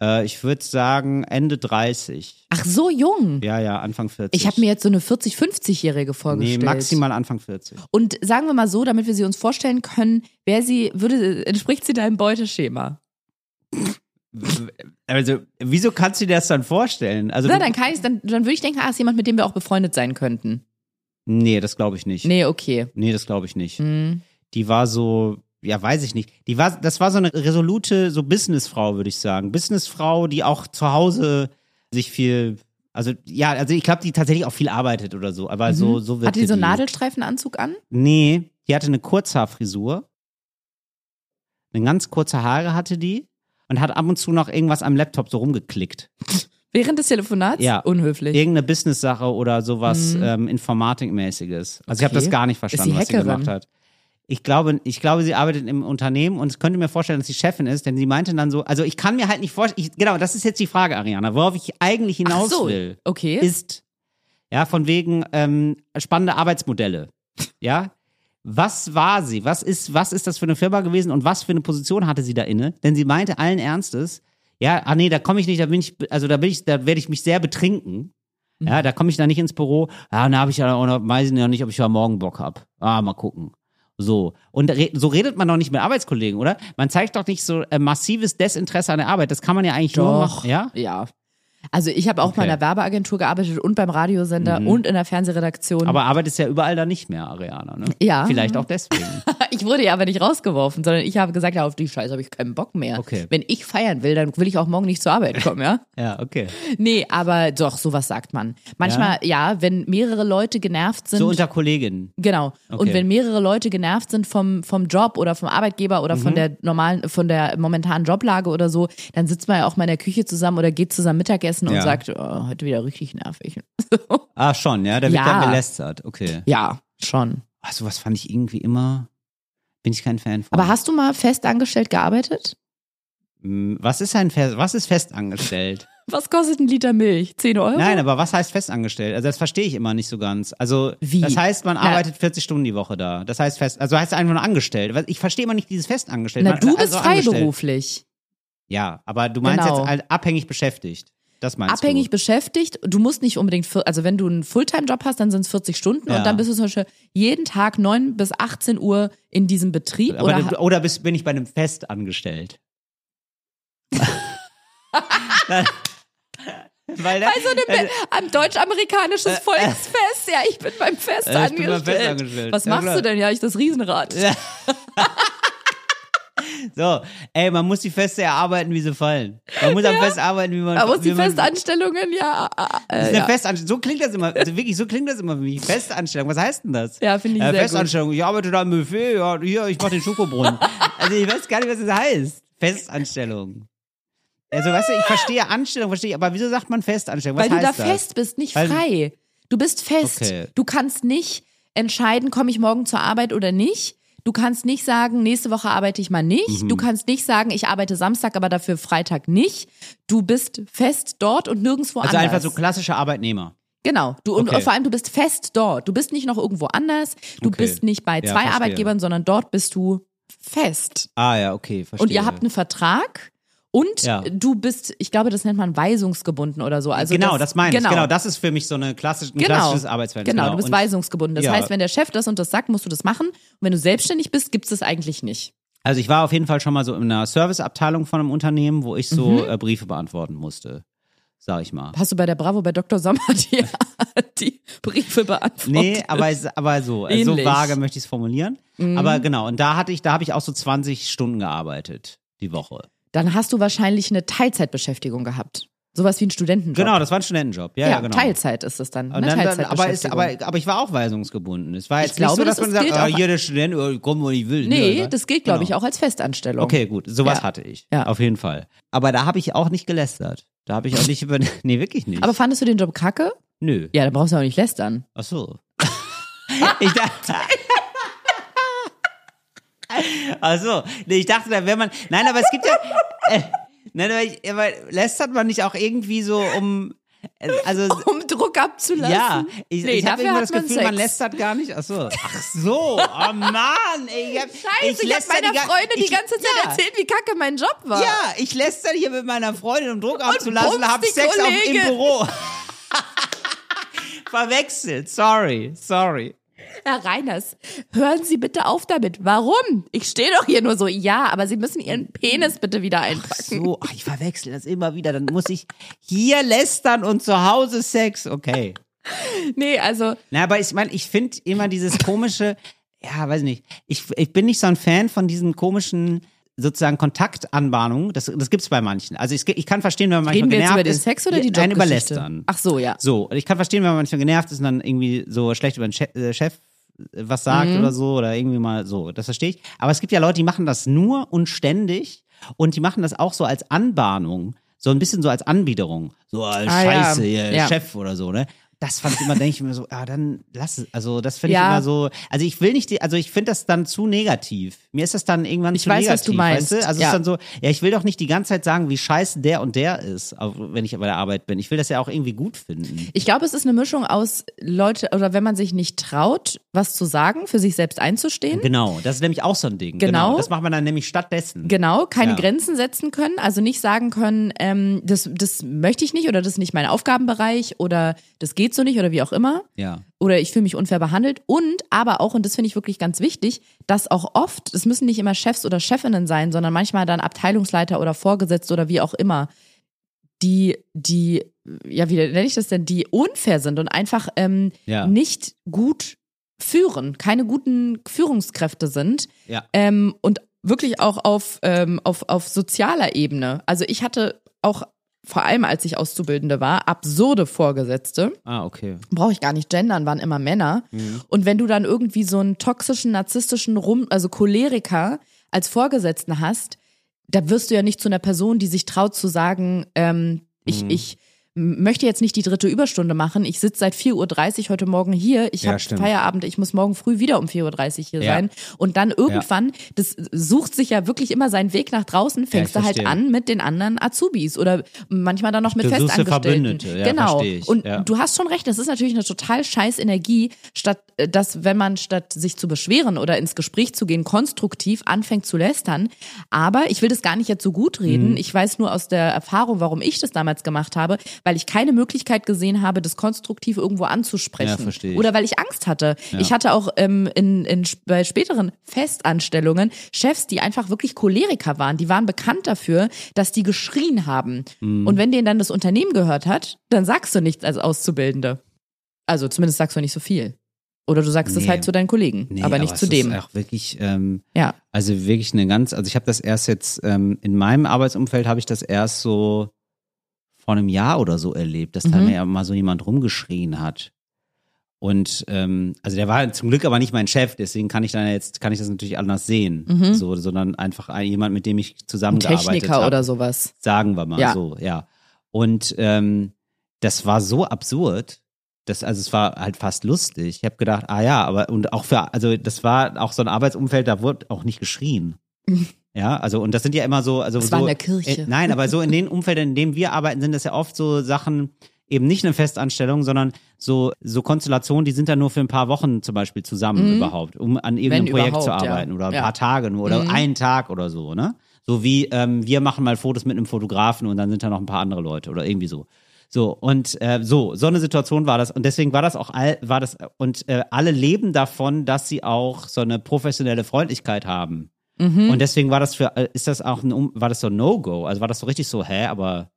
Äh, ich würde sagen, Ende 30.
Ach, so jung.
Ja, ja, Anfang 40.
Ich habe mir jetzt so eine 40-, 50-Jährige
Nee,
vorgestellt.
maximal Anfang 40.
Und sagen wir mal so, damit wir sie uns vorstellen können, wer sie würde, entspricht sie deinem Beuteschema?
Also, wieso kannst du dir das dann vorstellen? Also,
Na,
du-
dann kann ich, dann, dann würde ich denken, ah, ist jemand, mit dem wir auch befreundet sein könnten.
nee, das glaube ich nicht. Nee,
Nee, okay.
das glaube ich nicht.
Hm.
Die war so, ja, weiß ich nicht. Die war, das war so eine resolute, so Businessfrau, würde ich sagen. Businessfrau, die auch zu Hause sich viel, also, ja, also ich glaube, die tatsächlich auch viel arbeitet oder so, aber so, so wird
Hatte Mhm. die so einen Nadelstreifenanzug an?
Nee, die hatte eine Kurzhaarfrisur. Eine ganz kurze Haare hatte die und hat ab und zu noch irgendwas am Laptop so rumgeklickt.
Während des Telefonats?
Ja.
Unhöflich.
Irgendeine Business-Sache oder sowas
Mhm.
ähm, Informatikmäßiges. Also ich habe
Okay.
das gar nicht
Ist
verstanden,
sie
was sie
Hackerin?
gemacht hat. Ich glaube, ich glaube, sie arbeitet im Unternehmen und ich könnte mir vorstellen, dass sie Chefin ist, denn sie meinte dann so, also ich kann mir halt nicht vorstellen, ich, genau, das ist jetzt die Frage, Ariana, worauf ich eigentlich
Ach
hinaus
so,
will
okay.
ist, ja, von wegen ähm, spannende Arbeitsmodelle, ja. Was war sie? Was ist, was ist das für eine Firma gewesen und was für eine Position hatte sie da inne? Denn sie meinte allen Ernstes, ja, ah nee, da komme ich nicht, da bin ich, also da bin ich, da werde ich mich sehr betrinken. Ja, da komme ich da nicht ins Büro. Ja, und da habe ich ja auch noch, weiß ich noch nicht, ob ich ja morgen Bock habe. Ah, mal gucken. So. Und re so redet man doch nicht mit Arbeitskollegen, oder? Man zeigt doch nicht so äh, massives Desinteresse an der Arbeit. Das kann man ja eigentlich nur machen. Ja?
Ja. Also ich habe auch
Okay. Mhm.
bei einer Werbeagentur gearbeitet und beim Radiosender und in der Fernsehredaktion.
Aber Arbeit ist ja überall da nicht mehr, Ariana. Ne?
Ja.
Vielleicht auch deswegen.
ich wurde ja aber nicht rausgeworfen, sondern ich habe gesagt, ja, auf die Scheiße habe ich keinen Bock mehr.
Okay.
Wenn ich feiern will, dann will ich auch morgen nicht zur Arbeit kommen, ja?
ja, okay.
Nee, aber doch, sowas sagt man. Manchmal, ja, wenn mehrere Leute genervt sind.
So unter Kolleginnen.
Genau.
Okay.
Und wenn mehrere Leute genervt sind vom, vom Job oder vom Arbeitgeber oder
Mhm.
von der normalen, von der momentanen Joblage oder so, dann sitzt man ja auch mal in der Küche zusammen oder geht zusammen Mittagessen
Ja.
und sagt, oh, heute wieder richtig nervig.
Ah, schon, ja. Da wird
Ja.
dann gelästert. Okay.
Ja, schon.
Ach, sowas fand ich irgendwie immer. Bin ich kein Fan von.
Aber hast du mal fest angestellt gearbeitet?
Hm, was ist ein Fest, was ist festangestellt?
Was kostet ein Liter Milch? 10 Euro?
Nein, aber was heißt festangestellt? Also das verstehe ich immer nicht so ganz. Also
Wie?
das heißt, man
Na-
arbeitet 40 Stunden die Woche da. Das heißt fest, also heißt einfach nur angestellt. Weil Ich verstehe immer nicht dieses festangestellt.
Na,
Man-
du bist
also angestellt.
freiberuflich.
Ja, aber du meinst
Genau.
jetzt halt abhängig beschäftigt. Das meinst
Abhängig
du?
beschäftigt. Du musst nicht unbedingt, vier- also wenn du einen Fulltime-Job hast, dann sind es 40 Stunden
Ja.
und dann bist du zum Beispiel jeden Tag 9 bis 18 Uhr in diesem Betrieb.
Aber
oder
du- oder, bist, bin ich bei einem Fest angestellt? Nein. Weil da,
Also eine, Be- am deutsch-amerikanisches Volksfest. Ja, ich bin beim Fest
Äh, ich bin beim
angestellt.
Fest angestellt.
Was
Ja,
machst
klar.
du denn? Ja, ich das Riesenrad.
So, ey, man muss die Feste erarbeiten, wie sie fallen. Man muss am Fest arbeiten, wie man.
Aber ist
wie
die
man,
Festanstellungen, ja.
Das
Äh,
ist eine
ja.
Festanstellung. So klingt das immer. Also wirklich, so klingt das immer für mich. Festanstellung. Was heißt denn das? Äh,
Ja, finde ich sehr gut.
Festanstellung. Ich arbeite da im Buffet. Ja, hier, ich mache den Schokobrunnen. also ich weiß gar nicht, was das heißt. Festanstellung. Also weißt du, ich verstehe Anstellung, verstehe ich. Aber wieso sagt man Festanstellung? Was
Weil du da
heißt das?
fest bist, nicht
Weil-
frei. Du bist fest.
Okay.
Du kannst nicht entscheiden, komme ich morgen zur Arbeit oder nicht. Du kannst nicht sagen, nächste Woche arbeite ich mal nicht.
Mhm.
Du kannst nicht sagen, ich arbeite Samstag, aber dafür Freitag nicht. Du bist fest dort und nirgendwo
Also
anders.
einfach so klassische Arbeitnehmer.
Genau. Du, und
Okay.
vor allem, du bist fest dort. Du bist nicht noch irgendwo anders. Du
Okay.
bist nicht bei
Ja,
zwei
verstehe.
Arbeitgebern, sondern dort bist du fest.
Ah ja, okay, verstehe.
Und ihr habt einen Vertrag und
Ja.
du bist, ich glaube, das nennt man weisungsgebunden oder so. Also
genau, das, meine
genau.
ich. Genau, das ist für mich so eine klassische, ein
Genau.
klassisches Arbeitsverhältnis.
Genau, du bist
Und-
weisungsgebunden. Das
Ja.
heißt, wenn der Chef das und das sagt, musst du das machen. Und wenn du selbstständig bist, gibt es das eigentlich nicht.
Also ich war auf jeden Fall schon mal so in einer Serviceabteilung von einem Unternehmen, wo ich so
Mhm.
äh, Briefe beantworten musste, sag ich mal.
Hast du bei der Bravo, bei Dr. Sommer die, die Briefe beantwortet?
Nee, aber, es- aber so, äh, so
Ähnlich. Mhm.
vage möchte ich es formulieren. Aber genau, und da hatte ich, da habe ich auch so 20 Stunden gearbeitet die Woche.
Dann hast du wahrscheinlich eine Teilzeitbeschäftigung gehabt. Sowas wie ein Studentenjob.
Genau, das war ein Studentenjob. Ja,
Ja,
ja genau.
Teilzeit ist es dann.
Und
ne?
dann, dann, aber, ist,
Teilzeitbeschäftigung.
aber, aber ich war auch weisungsgebunden. Es war
Ich
jetzt nicht
glaube,
so, dass
das
man
ist-
sagt,
gilt
ah,
auch-
hier der Student, oh, komm, wo ich will.
Nee,
Oder?
das gilt, glaube
Genau.
ich, auch als Festanstellung.
Okay, gut. Sowas
Ja.
hatte ich.
Ja.
Auf jeden Fall. Aber da habe ich auch nicht gelästert. Da habe ich auch nicht über. Nee, wirklich nicht.
Aber fandest du den Job kacke?
Nö.
Ja, dann brauchst du auch nicht lästern.
Ach so. ich dachte. Ach so. Nee, ich dachte, da wäre man. Nein, aber es gibt ja. Äh, nein, aber, ich, aber lästert man nicht auch irgendwie so um. äh, Also.
Um Druck abzulassen?
Ja, ich,
nee,
ich habe
dafür
immer
hat
das
man
Gefühl,
Sex.
man lästert gar nicht. Ach so. Ach so. Oh Mann. Ey, ich hab,
Scheiße, ich,
läster
habe meiner
die ga-
Freundin
ich-
die ganze Zeit
ja.
erzählt, wie kacke mein Job war.
Ja, ich lästere hier mit meiner Freundin, um Druck abzulassen,
bumst
hab
die
Sex auf, im
Kollegin.
Büro. Verwechselt, sorry, sorry.
Herr Reiners, hören Sie bitte auf damit. Warum? Ich stehe doch hier nur so. Ja, aber Sie müssen Ihren Penis bitte wieder einpacken.
So, ach, ich verwechsel das immer wieder. Dann muss ich hier lästern und zu Hause Sex. Okay.
Nee, also,
Na, aber ich meine, ich finde immer dieses komische, ja, weiß nicht, ich, ich bin nicht so ein Fan von diesen komischen sozusagen Kontaktanbahnungen. Das, das gibt's bei manchen. Also ich, ich kann verstehen, wenn man manchmal
reden wir jetzt
genervt
über den
ist.
Sex oder die
Nein, über
Jobgeschichte?
Lästern.
Ach so, ja.
So, und ich kann verstehen, wenn man manchmal genervt ist und dann irgendwie so schlecht über den Chef, äh, Chef äh, was sagt
Mhm.
oder so oder irgendwie mal so. Das verstehe ich. Aber es gibt ja Leute, die machen das nur und ständig und die machen das auch so als Anbahnung, so ein bisschen so als Anbiederung. So, äh, scheiße,
Ah, ja.
hier,
Ja.
Chef oder so, ne? Das fand ich immer, denke ich mir so, ja, dann lass es. Also, das finde ich
Ja.
immer so. Also, ich will nicht, die- also, ich finde das dann zu negativ. Mir ist das dann irgendwann zu
weiß,
negativ.
was du meinst.
Weißt du? Also, es
Ja.
ist dann so, ja, ich will doch nicht die ganze Zeit sagen, wie scheiße der und der ist, auch wenn ich bei der Arbeit bin. Ich will das ja auch irgendwie gut finden.
Ich glaube, es ist eine Mischung aus Leute, oder wenn man sich nicht traut, was zu sagen, für sich selbst einzustehen.
Genau, das ist nämlich auch so ein Ding.
Genau.
Das macht man dann nämlich stattdessen.
Genau, keine
Ja.
Grenzen setzen können, also nicht sagen können, ähm, das, das möchte ich nicht oder das ist nicht mein Aufgabenbereich oder das geht geht so nicht oder wie auch immer.
Ja.
Oder ich fühle mich unfair behandelt. Und aber auch, und das finde ich wirklich ganz wichtig, dass auch oft, es müssen nicht immer Chefs oder Chefinnen sein, sondern manchmal dann Abteilungsleiter oder Vorgesetzte oder wie auch immer, die, die, ja, wie nenne ich das denn, die unfair sind und einfach ähm,
Ja.
nicht gut führen, keine guten Führungskräfte sind
Ja.
ähm, und wirklich auch auf, ähm, auf, auf sozialer Ebene. Also ich hatte auch vor allem als ich Auszubildende war, absurde Vorgesetzte
Ah, okay. Mhm.
brauche ich gar nicht gendern, waren immer Männer. Und wenn du dann irgendwie so einen toxischen, narzisstischen Rum, also Choleriker als Vorgesetzten hast, da wirst du ja nicht zu einer Person, die sich traut zu sagen, ähm, ich,
Mhm.
ich m- möchte jetzt nicht die dritte Überstunde machen. Ich sitze seit 4.30 Uhr heute Morgen hier. Ich
Ja,
habe
stimmt.
Feierabend. Ich muss morgen früh wieder um 4.30 Uhr hier
Ja.
sein. Und dann irgendwann, das sucht sich ja wirklich immer seinen Weg nach draußen, fängst du halt
verstehe.
an mit den anderen Azubis oder manchmal dann noch mit
Du suchst dir
Festangestellten.
Verbündete. Ja,
genau.
verstehe ich.
Und
Ja.
du hast schon recht, das ist natürlich eine total scheiß Energie, statt äh, dass, wenn man statt sich zu beschweren oder ins Gespräch zu gehen, konstruktiv anfängt zu lästern. Aber ich will das gar nicht jetzt so gut reden.
Mhm.
Ich weiß nur aus der Erfahrung, warum ich das damals gemacht habe, weil ich keine Möglichkeit gesehen habe, das konstruktiv irgendwo anzusprechen.
Ja, verstehe ich.
Oder weil ich Angst hatte. Ich hatte auch ähm, in, in, bei späteren Festanstellungen Chefs, die einfach wirklich Choleriker waren. Die waren bekannt dafür, dass die geschrien haben.
Mhm.
Und wenn denen dann das Unternehmen gehört hat, dann sagst du nichts als Auszubildende. Also zumindest sagst du nicht so viel. Oder du sagst es
Nee.
halt zu deinen Kollegen,
Nee,
aber nicht zu
es
dem.
Ist auch wirklich, ähm,
Ja.
also wirklich eine ganz, also ich habe das erst jetzt, ähm, in meinem Arbeitsumfeld habe ich das erst so vor einem Jahr oder so erlebt, dass da
Mhm.
mir mal so jemand rumgeschrien hat. Und ähm, also der war zum Glück aber nicht mein Chef, deswegen kann ich dann jetzt, kann ich das natürlich anders sehen.
Mhm.
So, sondern einfach ein, jemand, mit dem ich
Ein
zusammengearbeitet
Techniker
habe.
oder sowas.
sagen wir mal
Ja.
so, ja. Und ähm, das war so absurd, dass, also es war halt fast lustig. Ich habe gedacht, ah ja, aber und auch für, also das war auch so ein Arbeitsumfeld, da wurde auch nicht geschrien. Ja, also und das sind ja immer so, also
Das
so,
war in der Kirche.
äh, nein, aber so in den Umfeldern, in denen wir arbeiten, sind das ja oft so Sachen, eben nicht eine Festanstellung, sondern so, so Konstellationen, die sind dann nur für ein paar Wochen zum Beispiel zusammen
Mhm.
überhaupt, um an irgendeinem
Wenn
Projekt zu
überhaupt, ja.
arbeiten oder ein
Ja. Mhm.
paar Tage nur oder einen Tag oder so, ne? So wie ähm, wir machen mal Fotos mit einem Fotografen und dann sind da noch ein paar andere Leute oder irgendwie so. So und äh, so so eine Situation war das und deswegen war das auch all, war das und äh, alle leben davon, dass sie auch so eine professionelle Freundlichkeit haben.
Mhm.
Und deswegen war das für äh, ist das auch ein Um- war das so ein No-Go, also war das so richtig so, hä, aber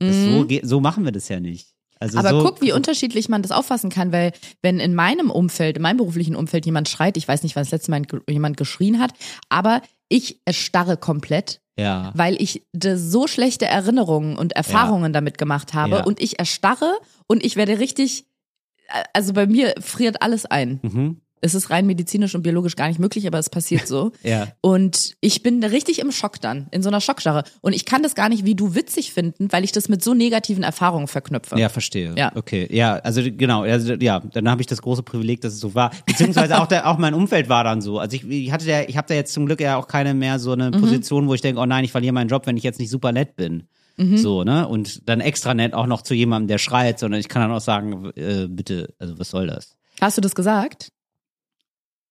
das so ge- so machen wir das ja nicht. Also
Mhm. Aber
so,
guck, wie unterschiedlich man das auffassen kann, weil wenn in meinem Umfeld, in meinem beruflichen Umfeld jemand schreit, ich weiß nicht, wann das letzte Mal ge- jemand geschrien hat, aber ich erstarre komplett,
ja.
weil ich de- so schlechte Erinnerungen und Erfahrungen damit gemacht habe
Ja.
und ich erstarre und ich werde richtig, also bei mir friert alles ein.
Mhm.
Es ist rein medizinisch und biologisch gar nicht möglich, aber es passiert so.
Ja.
Und ich bin richtig im Schock dann, in so einer Schockstarre. Und ich kann das gar nicht wie du witzig finden, weil ich das mit so negativen Erfahrungen verknüpfe.
Ja, verstehe.
Ja.
Okay, ja, also genau, also, ja, dann habe ich das große Privileg, dass es so war. Beziehungsweise auch, der, auch mein Umfeld war dann so. Also ich, ich hatte ja, ich habe da jetzt zum Glück ja auch keine mehr so eine Position, wo ich denke, oh nein, ich verliere meinen Job, wenn ich jetzt nicht super nett bin.
Mhm.
So, ne? Und dann extra nett auch noch zu jemandem, der schreit, sondern ich kann dann auch sagen, äh, bitte, also was soll das?
Hast du das gesagt?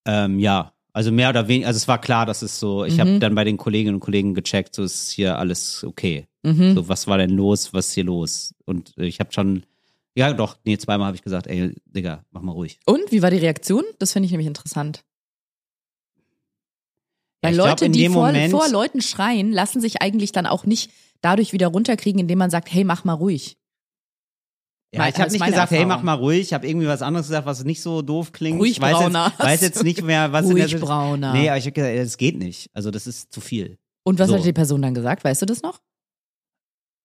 Ähm, ja, also mehr oder weniger, also es war klar, dass es so, ich habe dann bei den Kolleginnen und Kollegen gecheckt, so ist hier alles okay.
Hm.
So, was war denn los, was ist hier los? Und äh, ich habe schon, ja doch, nee, zweimal habe ich gesagt, ey, Digga, mach mal ruhig.
Und wie war die Reaktion? Das finde ich nämlich interessant.
Ja,
Weil
ich glaub,
Leute,
in
die
dem
vor,
Moment-
vor Leuten schreien, lassen sich eigentlich dann auch nicht dadurch wieder runterkriegen, indem man sagt, hey, mach mal ruhig.
Ja, ich habe
Weil- das
nicht
ist meine
gesagt, hey, mach
Erfahrung.
mal ruhig. Ich habe irgendwie was anderes gesagt, was nicht so doof klingt.
Ruhig
ich weiß
brauner.
jetzt, weiß jetzt nicht mehr, was in der
Ruhig
Situ-
brauner.
Nee, aber ich habe gesagt, ey, das geht nicht. Also das ist zu viel.
Und was
so.
hat die Person dann gesagt? Weißt du das noch?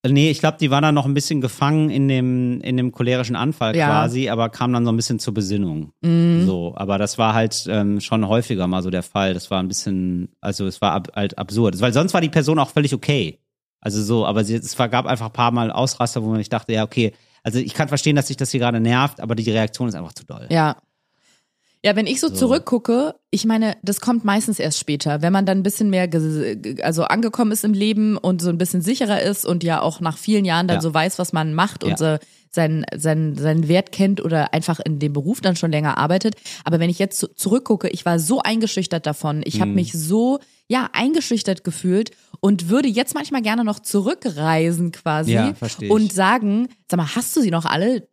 Äh, Nee, ich glaube, die war dann noch ein bisschen gefangen in dem, in dem cholerischen Anfall
Ja.
quasi, aber kam dann so ein bisschen zur Besinnung. Mhm.
Mhm.
So, aber das war halt ähm, schon häufiger mal so der Fall. Das war ein bisschen, also es war ab, halt absurd. Weil sonst war die Person auch völlig okay. Also so, aber sie, es war, gab einfach ein paar Mal Ausraster, wo ich dachte, ja, okay, also ich kann verstehen, dass sich das hier gerade nervt, aber die Reaktion ist einfach zu doll.
Ja. Ja, wenn ich so,
So.
zurückgucke, ich meine, das kommt meistens erst später, wenn man dann ein bisschen mehr, ges- ge- also angekommen ist im Leben und so ein bisschen sicherer ist und ja auch nach vielen Jahren dann
Ja.
so weiß, was man macht und
Ja.
so seinen, seinen, seinen Wert kennt oder einfach in dem Beruf dann schon länger arbeitet. Aber wenn ich jetzt zu- zurückgucke, ich war so eingeschüchtert davon, ich
Mhm.
habe mich so, ja, eingeschüchtert gefühlt und würde jetzt manchmal gerne noch zurückreisen quasi
Ja, verstehe ich.
und sagen, sag mal, hast du sie noch alle?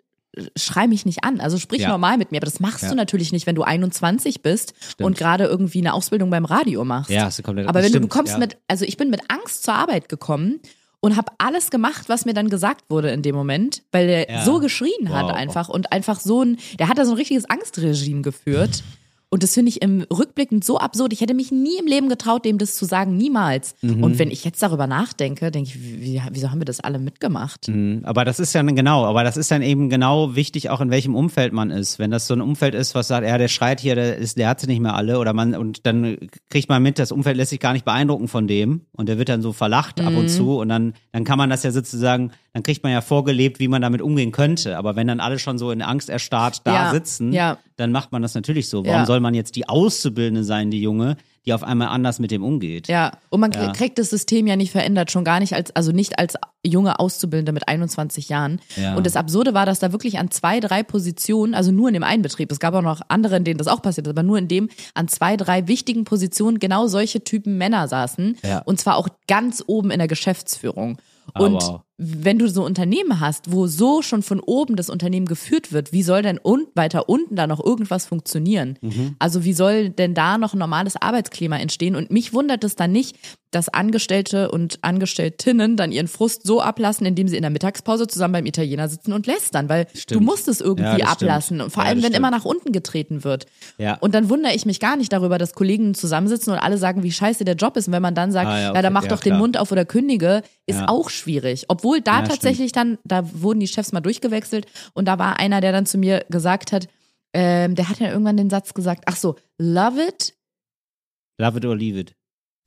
schrei mich nicht an. Also sprich
Ja.
normal mit mir. Aber das machst
Ja.
du natürlich nicht, wenn du 21 bist und gerade irgendwie eine Ausbildung beim Radio machst.
Ja, hast du komplett-
Aber wenn du, du
stimmt,
kommst
ja.
mit, also ich bin mit Angst zur Arbeit gekommen und habe alles gemacht, was mir dann gesagt wurde in dem Moment, weil der
Ja.
so geschrien hat
Wow.
einfach und einfach so ein, der hat da so ein richtiges Angstregime geführt. Und das finde ich im Rückblickend so absurd. Ich hätte mich nie im Leben getraut, dem das zu sagen, niemals.
Mhm.
Und wenn ich jetzt darüber nachdenke, denke ich, wie, wieso haben wir das alle mitgemacht?
Aber das ist ja dann genau, aber das ist dann eben genau wichtig, auch in welchem Umfeld man ist. Wenn das so ein Umfeld ist, was sagt, ja, der schreit hier, der, ist, der hat sie nicht mehr alle, oder man, und dann kriegt man mit, das Umfeld lässt sich gar nicht beeindrucken von dem und der wird dann so verlacht ab
Mhm.
und zu und dann, dann kann man das ja sozusagen, dann kriegt man ja vorgelebt, wie man damit umgehen könnte. Aber wenn dann alle schon so in Angst erstarrt da
Ja,
sitzen,
ja.
dann macht man das natürlich so. Warum
Ja.
soll man jetzt die Auszubildende sein, die Junge, die auf einmal anders mit dem umgeht?
Ja, und man krie- kriegt das System ja nicht verändert, schon gar nicht als, also nicht als junge Auszubildende mit 21 Jahren.
Ja.
Und das Absurde war, dass da wirklich an zwei, drei Positionen, also nur in dem einen Betrieb, es gab auch noch andere, in denen das auch passiert ist, aber nur in dem an zwei, drei wichtigen Positionen genau solche Typen Männer saßen.
Ja.
Und zwar auch ganz oben in der Geschäftsführung.
Ah,
Und
wow.
wenn du so Unternehmen hast, wo so schon von oben das Unternehmen geführt wird, wie soll denn un weiter unten da noch irgendwas funktionieren?
Mhm.
Also wie soll denn da noch ein normales Arbeitsklima entstehen? Und mich wundert es dann nicht, dass Angestellte und Angestelltinnen dann ihren Frust so ablassen, indem sie in der Mittagspause zusammen beim Italiener sitzen und lästern, weil
Stimmt.
du musst es
Ja,
irgendwie
das stimmt.
ablassen. Und vor
Ja,
allem,
das
wenn
stimmt.
immer nach unten getreten wird.
Ja.
Und dann wundere ich mich gar nicht darüber, dass Kollegen zusammensitzen und alle sagen, wie scheiße der Job ist. Und wenn man dann sagt,
Ah, ja,
ja,
okay.
dann mach
Ja,
doch
klar.
den Mund auf oder kündige, ist
Ja.
auch schwierig. Obwohl da
Ja,
tatsächlich dann, da wurden die Chefs mal durchgewechselt und da war einer, der dann zu mir gesagt hat, ähm, der hat ja irgendwann den Satz gesagt, ach so, love it,
Love it or leave it.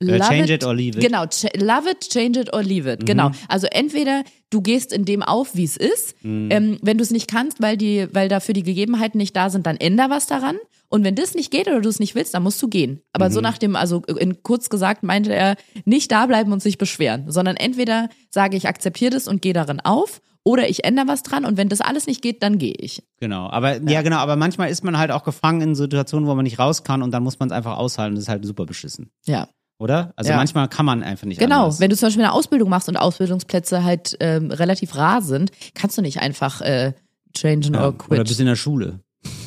Äh,
love
change it or leave it. Mhm.
Genau, ch- love it, change it or leave it. Genau. Also entweder du gehst in dem auf, wie es ist.
Mhm.
Ähm, wenn du es nicht kannst, weil die, weil dafür die Gegebenheiten nicht da sind, dann änder was daran. Und wenn das nicht geht oder du es nicht willst, dann musst du gehen. Aber
Mhm.
so nach dem, also in kurz gesagt meinte er, nicht da bleiben und sich beschweren, sondern entweder sage ich, akzeptiere das und gehe darin auf, oder ich ändere was dran und wenn das alles nicht geht, dann gehe ich.
Genau, aber ja. genau, aber manchmal ist man halt auch gefangen in Situationen, wo man nicht raus kann und dann muss man es einfach aushalten. Das ist halt super beschissen,
Ja.
oder? Also
Ja.
manchmal kann man einfach nicht.
Genau,
anders.
wenn du zum Beispiel eine Ausbildung machst und Ausbildungsplätze halt ähm, relativ rar sind, kannst du nicht einfach äh, changen
ja.
or quit.
Oder bist in der Schule.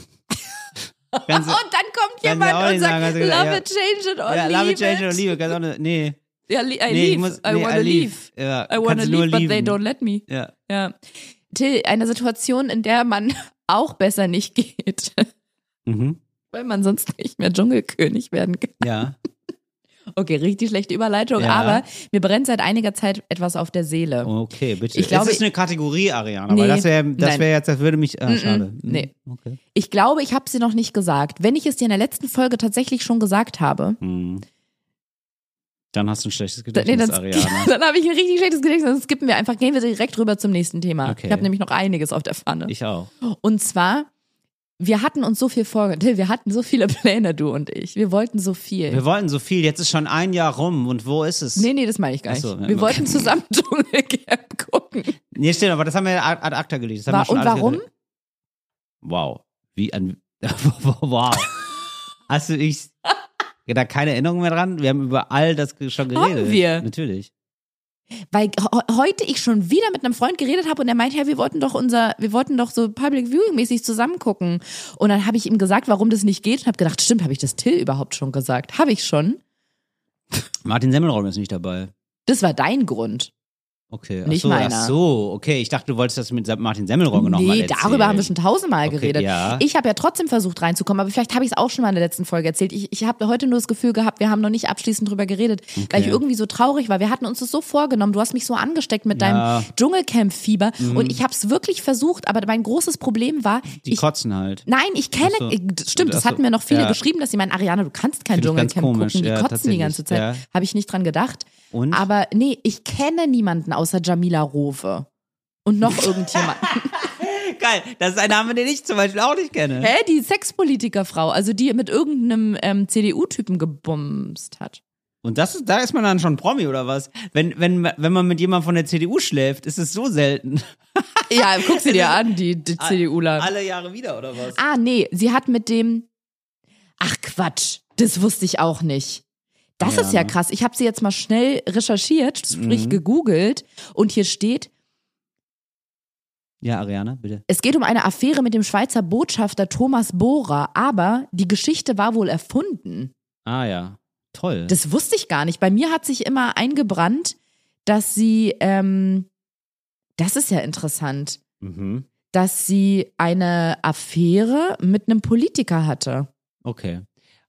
Ganz,
und dann kommt
Kannst du auch
jemand
nicht
und
sagen, hast
sagt,
du gesagt,
love
ja.
it, change it or
ja,
leave
love it, change
it.
it or leave it. Ganz ohne, nee,
Ja, li- Oh, I
nee,
leave.
ich muss,
I
nee,
wanna
I
leave.
leave. Ja,
I wanna
kannst du nur
leave, but they
leaven.
don't let me.
Ja.
Ja. Till, eine Situation, in der man auch besser nicht geht,
Mhm.
weil man sonst nicht mehr Dschungelkönig werden kann.
ja,
Okay, richtig schlechte Überleitung,
Ja.
aber mir brennt seit einiger Zeit etwas auf der Seele.
okay, bitte.
Ich glaube,
es ist eine Kategorie, Ariana,
Nee,
weil das wäre, das
nein.
wäre jetzt, das würde mich, ah, schade.
nee.
Okay.
Ich glaube, ich habe sie noch nicht gesagt. Wenn ich es dir in der letzten Folge tatsächlich schon gesagt habe,
Hm. Dann hast du ein schlechtes
dann, nee,
Gedächtnis,
dann,
Ariana.
dann habe ich ein richtig schlechtes Gedächtnis. Dann skippen wir einfach, gehen wir direkt rüber zum nächsten Thema.
Okay.
Ich habe nämlich noch einiges auf der Pfanne.
Ich auch.
Und zwar, wir hatten uns so viel vorgenommen. Wir hatten so viele Pläne, du und ich. Wir wollten so viel.
Wir wollten so viel. Jetzt ist schon ein Jahr rum und wo ist es?
nee, nee, das meine ich gar
Ach
nicht.
so, ja,
wir
okay.
wollten zusammen Dschungelcamp gucken.
Nee, stimmt, aber das haben wir ja ad ad acta gelegt. Das haben
Wa-
wir schon
und
alles
warum?
gedreht. Wow. Wie ein. wow. Hast du ich. Da keine Erinnerung mehr dran? Wir haben über all das ge- schon
Haben
geredet.
wir.
Natürlich.
Weil he- heute ich schon wieder mit einem Freund geredet habe und er meinte, ja, wir wollten doch unser, wir wollten doch so Public Viewing mäßig zusammen gucken. Und dann habe ich ihm gesagt, warum das nicht geht und habe gedacht, stimmt, habe ich das Till überhaupt schon gesagt? Habe ich schon.
Martin Semmelraum ist nicht dabei.
Das war dein Grund.
Okay.
Nicht
ach so,
meiner.
Ach so, okay. Ich dachte, du wolltest das mit Martin Semmelraum nochmal
nee,
erzählen.
darüber haben wir schon tausendmal
Okay,
geredet.
ja.
Ich habe ja trotzdem versucht reinzukommen, aber vielleicht habe ich es auch schon mal in der letzten Folge erzählt. Ich, ich habe heute nur das Gefühl gehabt, wir haben noch nicht abschließend drüber geredet, weil ich irgendwie so traurig war. Wir hatten uns das so vorgenommen. Du hast mich so angesteckt mit
Ja. Mhm.
deinem Dschungelcamp-Fieber und ich habe es wirklich versucht, aber mein großes Problem war,
Die
ich
kotzen halt.
Nein, ich kenne,
Ach so.
ich- stimmt, das
Ach so.
hatten mir noch viele
Ja.
geschrieben, dass sie meinen, Ariane, du kannst kein
Find ich
Dschungelcamp
ganz komisch.
gucken, die
Ja,
kotzen die ganze Zeit.
tatsächlich.
Habe ich nicht dran gedacht.
Und?
Aber nee, ich kenne niemanden außer Jamila Rowe. Und noch irgendjemanden.
Geil. Das ist ein Name, den ich zum Beispiel auch nicht kenne.
Hä, die Sexpolitikerfrau, also die mit irgendeinem ähm, CDU-Typen gebumst hat.
Und das ist, da ist man dann schon Promi oder was? Wenn, wenn, wenn man mit jemandem von der CDU schläft, ist es so selten.
Ja, guck sie dir an, die, die
Ah,
CDUler.
Alle Jahre wieder oder was?
Ähm. Ah, nee, sie hat mit dem. Ach Quatsch, das wusste ich auch nicht. Das
Ja.
ist ja krass. Ich habe sie jetzt mal schnell recherchiert, sprich gegoogelt, und hier steht.
Ja, Ariana, bitte.
Es geht um eine Affäre mit dem Schweizer Botschafter Thomas Bohrer, aber die Geschichte war wohl erfunden.
Ah ja, toll.
Das wusste ich gar nicht. Bei mir hat sich immer eingebrannt, dass sie, ähm, das ist ja interessant,
mhm.
dass sie eine Affäre mit einem Politiker hatte.
Okay.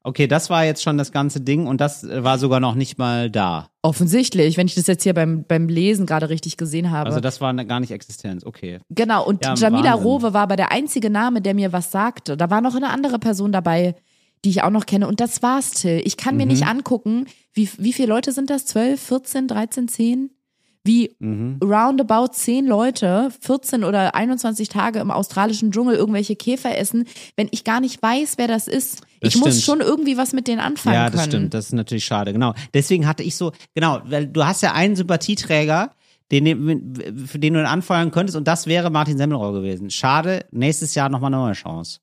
Okay, das war jetzt schon das ganze Ding und das äh, war sogar noch nicht mal da.
Offensichtlich, wenn ich das jetzt hier beim, beim Lesen gerade richtig gesehen habe.
Also das war ne- gar nicht Existenz. Okay.
Genau, und
Ja,
Jamila
Wahnsinn.
Rowe war aber der einzige Name, der mir was sagte. Da war noch eine andere Person dabei, die ich auch noch kenne. Und das war's, Till. Ich kann
Mhm.
mir nicht angucken, wie, wie viele Leute sind das? 12, 14, 13, 10? Wie
Mhm.
roundabout 10 Leute 14 oder 21 Tage im australischen Dschungel irgendwelche Käfer essen, wenn ich gar nicht weiß, wer das ist.
Das
ich muss
stimmt.
schon irgendwie was mit denen anfangen
Ja, das
können.
stimmt. Das ist natürlich schade. Genau. Deswegen hatte ich so, genau, weil du hast ja einen Sympathieträger, den, den- für den du dann anfeuern könntest und das wäre Martin Semmelrohr gewesen. Schade, nächstes Jahr nochmal eine neue Chance.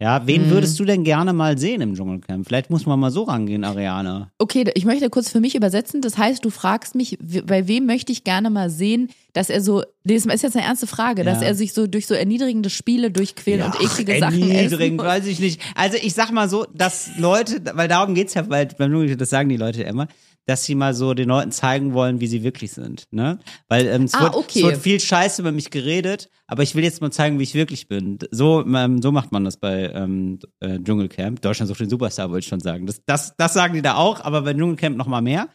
Ja,
Mhm.
wen würdest du denn gerne mal sehen im Dschungelcamp? Vielleicht muss man mal so rangehen, Ariane.
Okay, ich möchte kurz für mich übersetzen. Das heißt, du fragst mich, w- bei wem möchte ich gerne mal sehen, dass er so, nee, das ist jetzt eine ernste Frage, dass
Ja.
er sich so durch so erniedrigende Spiele durchquälen und eklige Sachen essen
erniedrigend,
muss.
weiß ich nicht. Also ich sag mal so, dass Leute, weil darum geht's ja, weil beim Dschungel, das sagen die Leute ja immer, dass sie mal so den Leuten zeigen wollen, wie sie wirklich sind. Ne? Weil ähm, es,
Ah,
wird,
okay.
es wird viel Scheiße über mich geredet, aber ich will jetzt mal zeigen, wie ich wirklich bin. So, ähm, so macht man das bei ähm, äh, Dschungelcamp. Deutschland sucht den Superstar, wollte ich schon sagen. Das, das, das sagen die da auch, aber bei Dschungelcamp noch mal mehr.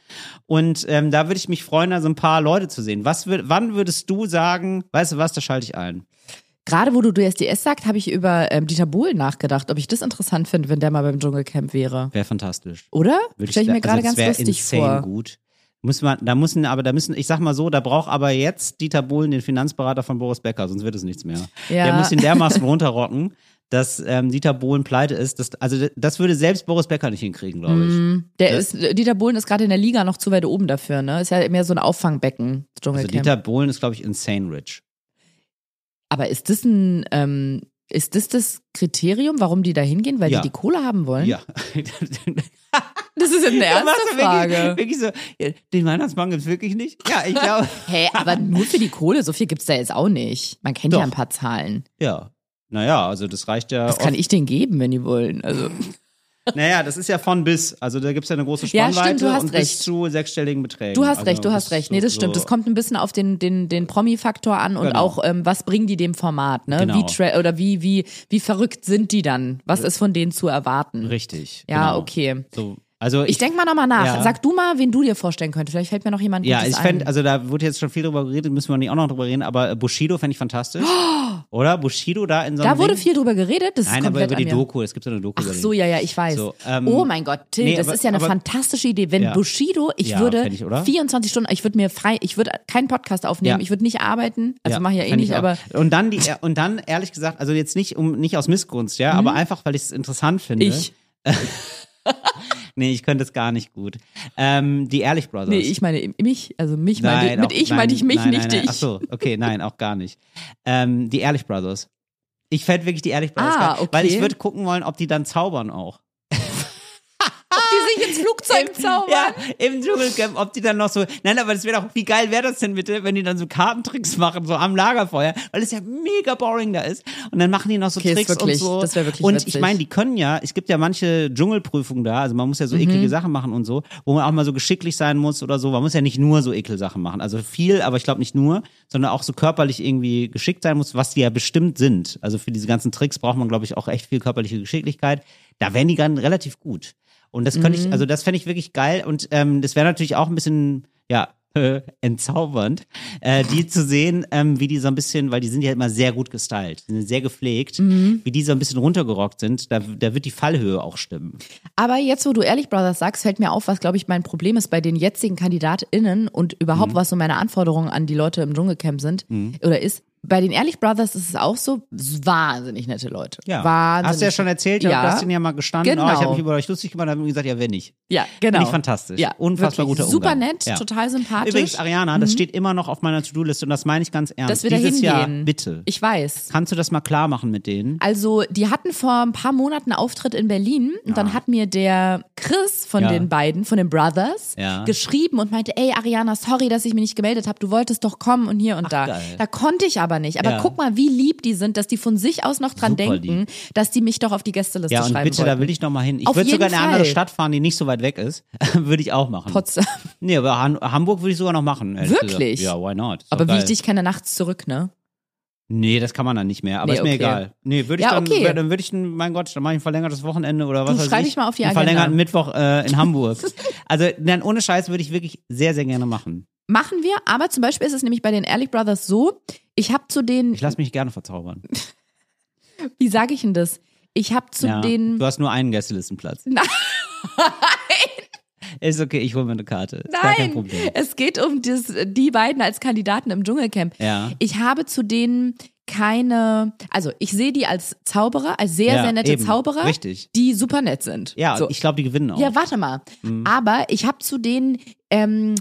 Und ähm, da würde ich mich freuen, da so ein paar Leute zu sehen. Was wür- wann würdest du sagen, weißt du was, da schalte ich ein?
Gerade wo du DSDS sagt, habe ich über ähm, Dieter Bohlen nachgedacht, ob ich das interessant finde, wenn der mal beim Dschungelcamp wäre.
Wäre fantastisch.
Oder?
Würde
Stell ich
da-
mir gerade
also das
ganz
wär
lustig
insane
vor.
gut. Muss man, da müssen aber, da müssen, ich sag mal so, da braucht aber jetzt Dieter Bohlen den Finanzberater von Boris Becker, sonst wird es nichts mehr.
Ja.
Der muss ihn dermaßen runterrocken, dass ähm, Dieter Bohlen pleite ist. Das, also das würde selbst Boris Becker nicht hinkriegen, glaube
Mm,
ich.
Mhm. Der
Das-
ist, Dieter Bohlen ist gerade in der Liga noch zu weit oben dafür, ne? Ist ja mehr so ein Auffangbecken, das
Also
Dschungelcamp.
Dieter Bohlen ist, glaube ich, insane rich.
Aber ist das ein, ähm, ist das das Kriterium, warum die da hingehen? Weil
Ja.
die die Kohle haben wollen?
Ja.
Das ist jetzt eine
Da machst
ernste
du
Frage.
Wirklich, wirklich so, ja, den Weihnachtsmann gibt's wirklich nicht? Ja, ich glaube,
Hä, aber nur für die Kohle, so viel gibt's da jetzt auch nicht. Man kennt
Doch.
ja ein paar Zahlen.
ja. Naja, also das reicht ja.
Was kann ich denen geben, wenn die wollen? Also,
oft- Naja, das ist ja von bis. Also da gibt's ja eine große
Ja, stimmt,
Spannweite
du hast
und bis
recht.
zu sechsstelligen Beträgen.
du hast
also,
recht, du hast
bis
recht.
zu
Nee, das
so-
stimmt. Das kommt ein bisschen auf den, den, den Promi-Faktor an und
Genau.
auch, ähm, was bringen die dem Format, ne?
Genau. Äh,
Wie tra oder wie, wie, wie verrückt sind die dann? Was ist von denen zu erwarten?
Richtig.
Ja,
genau.
okay.
So, also
Ich
ich,
denk mal nochmal nach.
Ja.
Sag du mal, wen du dir vorstellen könntest. Vielleicht fällt mir noch jemand
ja,
Gutes
ich fände,
ein.
also da wurde jetzt schon viel drüber geredet, müssen wir nicht auch noch drüber reden, aber äh, Bushido fände ich fantastisch. Oder? Bushido da in so einem
da wurde
Ding?
viel drüber geredet. Das ist
Nein, aber
komplett
über die
an mir.
Doku, es gibt so eine Doku
Ach
über den.
so, ja, ja, ich weiß.
So, ähm,
oh mein Gott, Till,
nee,
das
aber-
ist ja eine
aber-
fantastische Idee. Wenn
Ja.
Bushido, ich
Ja,
würde
fänd ich, oder?
24 Stunden, ich würde mir frei, ich würde keinen Podcast aufnehmen,
Ja.
ich würde nicht arbeiten, also mache ich ja eh
fänd
nicht,
auch.
aber
und dann die und dann ehrlich gesagt, also jetzt nicht um nicht aus Missgunst, ja, aber einfach weil ich es interessant finde.
Hm? ich,
Nee, ich könnte es gar nicht gut. Ähm, die Ehrlich Brothers.
nee, ich meine mich, also mich meine ich,
Nein,
mit
auch-
ich
nein,
meine ich mich,
nein,
nicht
nein, nein.
dich.
Ach so, okay, nein, auch gar nicht. Ähm, die Ehrlich Brothers. Ich fände wirklich die Ehrlich Brothers
Ah,
geil, weil
okay.
ich würde gucken wollen, ob die dann zaubern auch.
Ob die sich ins Flugzeug zaubern.
Ja, im Dschungelcamp, ob die dann noch so, nein, aber das wäre doch, wie geil wäre das denn bitte, wenn die dann so Kartentricks machen, so am Lagerfeuer, weil es ja mega boring da ist. Und dann machen die noch so
Okay, ist
Tricks
wirklich-
und so.
das wär wirklich
und
witzig.
ich meine, die können ja, es gibt ja manche Dschungelprüfungen da, also man muss ja so
Mhm.
eklige Sachen machen und so, wo man auch mal so geschicklich sein muss oder so. Man muss ja nicht nur so Ekelsachen machen, also viel, aber ich glaube nicht nur, sondern auch so körperlich irgendwie geschickt sein muss, was die ja bestimmt sind. Also für diese ganzen Tricks braucht man, glaube ich, auch echt viel körperliche Geschicklichkeit. Da wären die dann relativ gut. Und das könnte
Mhm.
ich, also das fände ich wirklich geil. Und ähm, das wäre natürlich auch ein bisschen, ja, äh, entzaubernd, äh, die zu sehen, ähm, wie die so ein bisschen, weil die sind ja immer sehr gut gestylt, die sind sehr gepflegt,
Mhm.
wie die so ein bisschen runtergerockt sind, da, da wird die Fallhöhe auch stimmen.
Aber jetzt, wo du ehrlich Brothers sagst, fällt mir auf, was, glaube ich, mein Problem ist bei den jetzigen KandidatInnen und
Mhm.
überhaupt, was so meine Anforderungen an die Leute im Dschungelcamp sind oder ist. Bei den Ehrlich Brothers ist es auch so wahnsinnig nette Leute. Wahnsinnig.
Hast du ja schon erzählt, ja.
Ja.
du hast ihn ja mal gestanden,
Genau.
oh, ich habe mich über euch lustig gemacht, habe gesagt, ja, wenn nicht.
Ja, genau.
Finde ich fantastisch.
Ja,
Unfassbar
wirklich.
guter
Super
Umgang.
nett,
Ja.
total sympathisch. Mhm.
Übrigens, Ariana, das steht immer noch auf meiner To-Do-Liste und das meine ich ganz ernst.
dass wir da
Dieses
hingehen.
Jahr, bitte.
Ich weiß.
Kannst du das mal klar machen mit denen?
Also, die hatten vor ein paar Monaten einen Auftritt in Berlin und dann hat mir der Chris von
Ja.
den beiden, von den Brothers,
Ja.
geschrieben und meinte, ey Ariana, sorry, dass ich mich nicht gemeldet habe, du wolltest doch kommen und hier und da.
geil.
Da konnte ich aber nicht. Aber
Ja.
guck mal, wie lieb die sind, dass die von sich aus noch dran
Super
denken, dass die mich doch auf die Gästeliste
Ja, und
schreiben
bitte, da
wollten.
will ich nochmal hin. Ich
Auf
würde sogar in
jeden
eine andere
Fall.
Stadt fahren, die nicht so weit weg ist. würde ich auch machen.
Potsdam.
nee, aber Han Hamburg würde ich sogar noch machen. ehrlich
Wirklich?
Gesagt. Ja, why not? Ist doch
Aber
geil.
wie ich dich kenne, nachts zurück, ne?
Nee, das kann man dann nicht mehr, aber
Nee,
ist mir
okay.
egal. Nee, würde ich
Ja,
dann,
okay.
wär- dann würde ich, ein- mein Gott, dann mache ich ein verlängertes Wochenende oder was
Du,
weiß
schreib
ich.
ich mal auf die
einen
Agenda.
verlängerten Mittwoch äh, in Hamburg. also, dann ohne Scheiß würde ich wirklich sehr, sehr gerne machen.
Machen wir, aber zum Beispiel ist es nämlich bei den Ehrlich Brothers so, ich habe zu den,
Ich lasse mich gerne verzaubern.
wie sage ich denn das? Ich habe zu
ja.
den,
Du hast nur einen Gästelistenplatz.
Nein.
Ist okay, ich hole mir eine Karte. Ist gar kein
nein,
Problem.
es geht um das, die beiden als Kandidaten im Dschungelcamp.
Ja.
Ich habe zu denen keine, also ich sehe die als Zauberer, als sehr,
Ja,
sehr nette
eben.
Zauberer,
Richtig.
die super nett sind.
Ja,
so.
ich glaube, die gewinnen auch. Mhm.
Ja, warte mal. Aber ich habe zu denen ähm,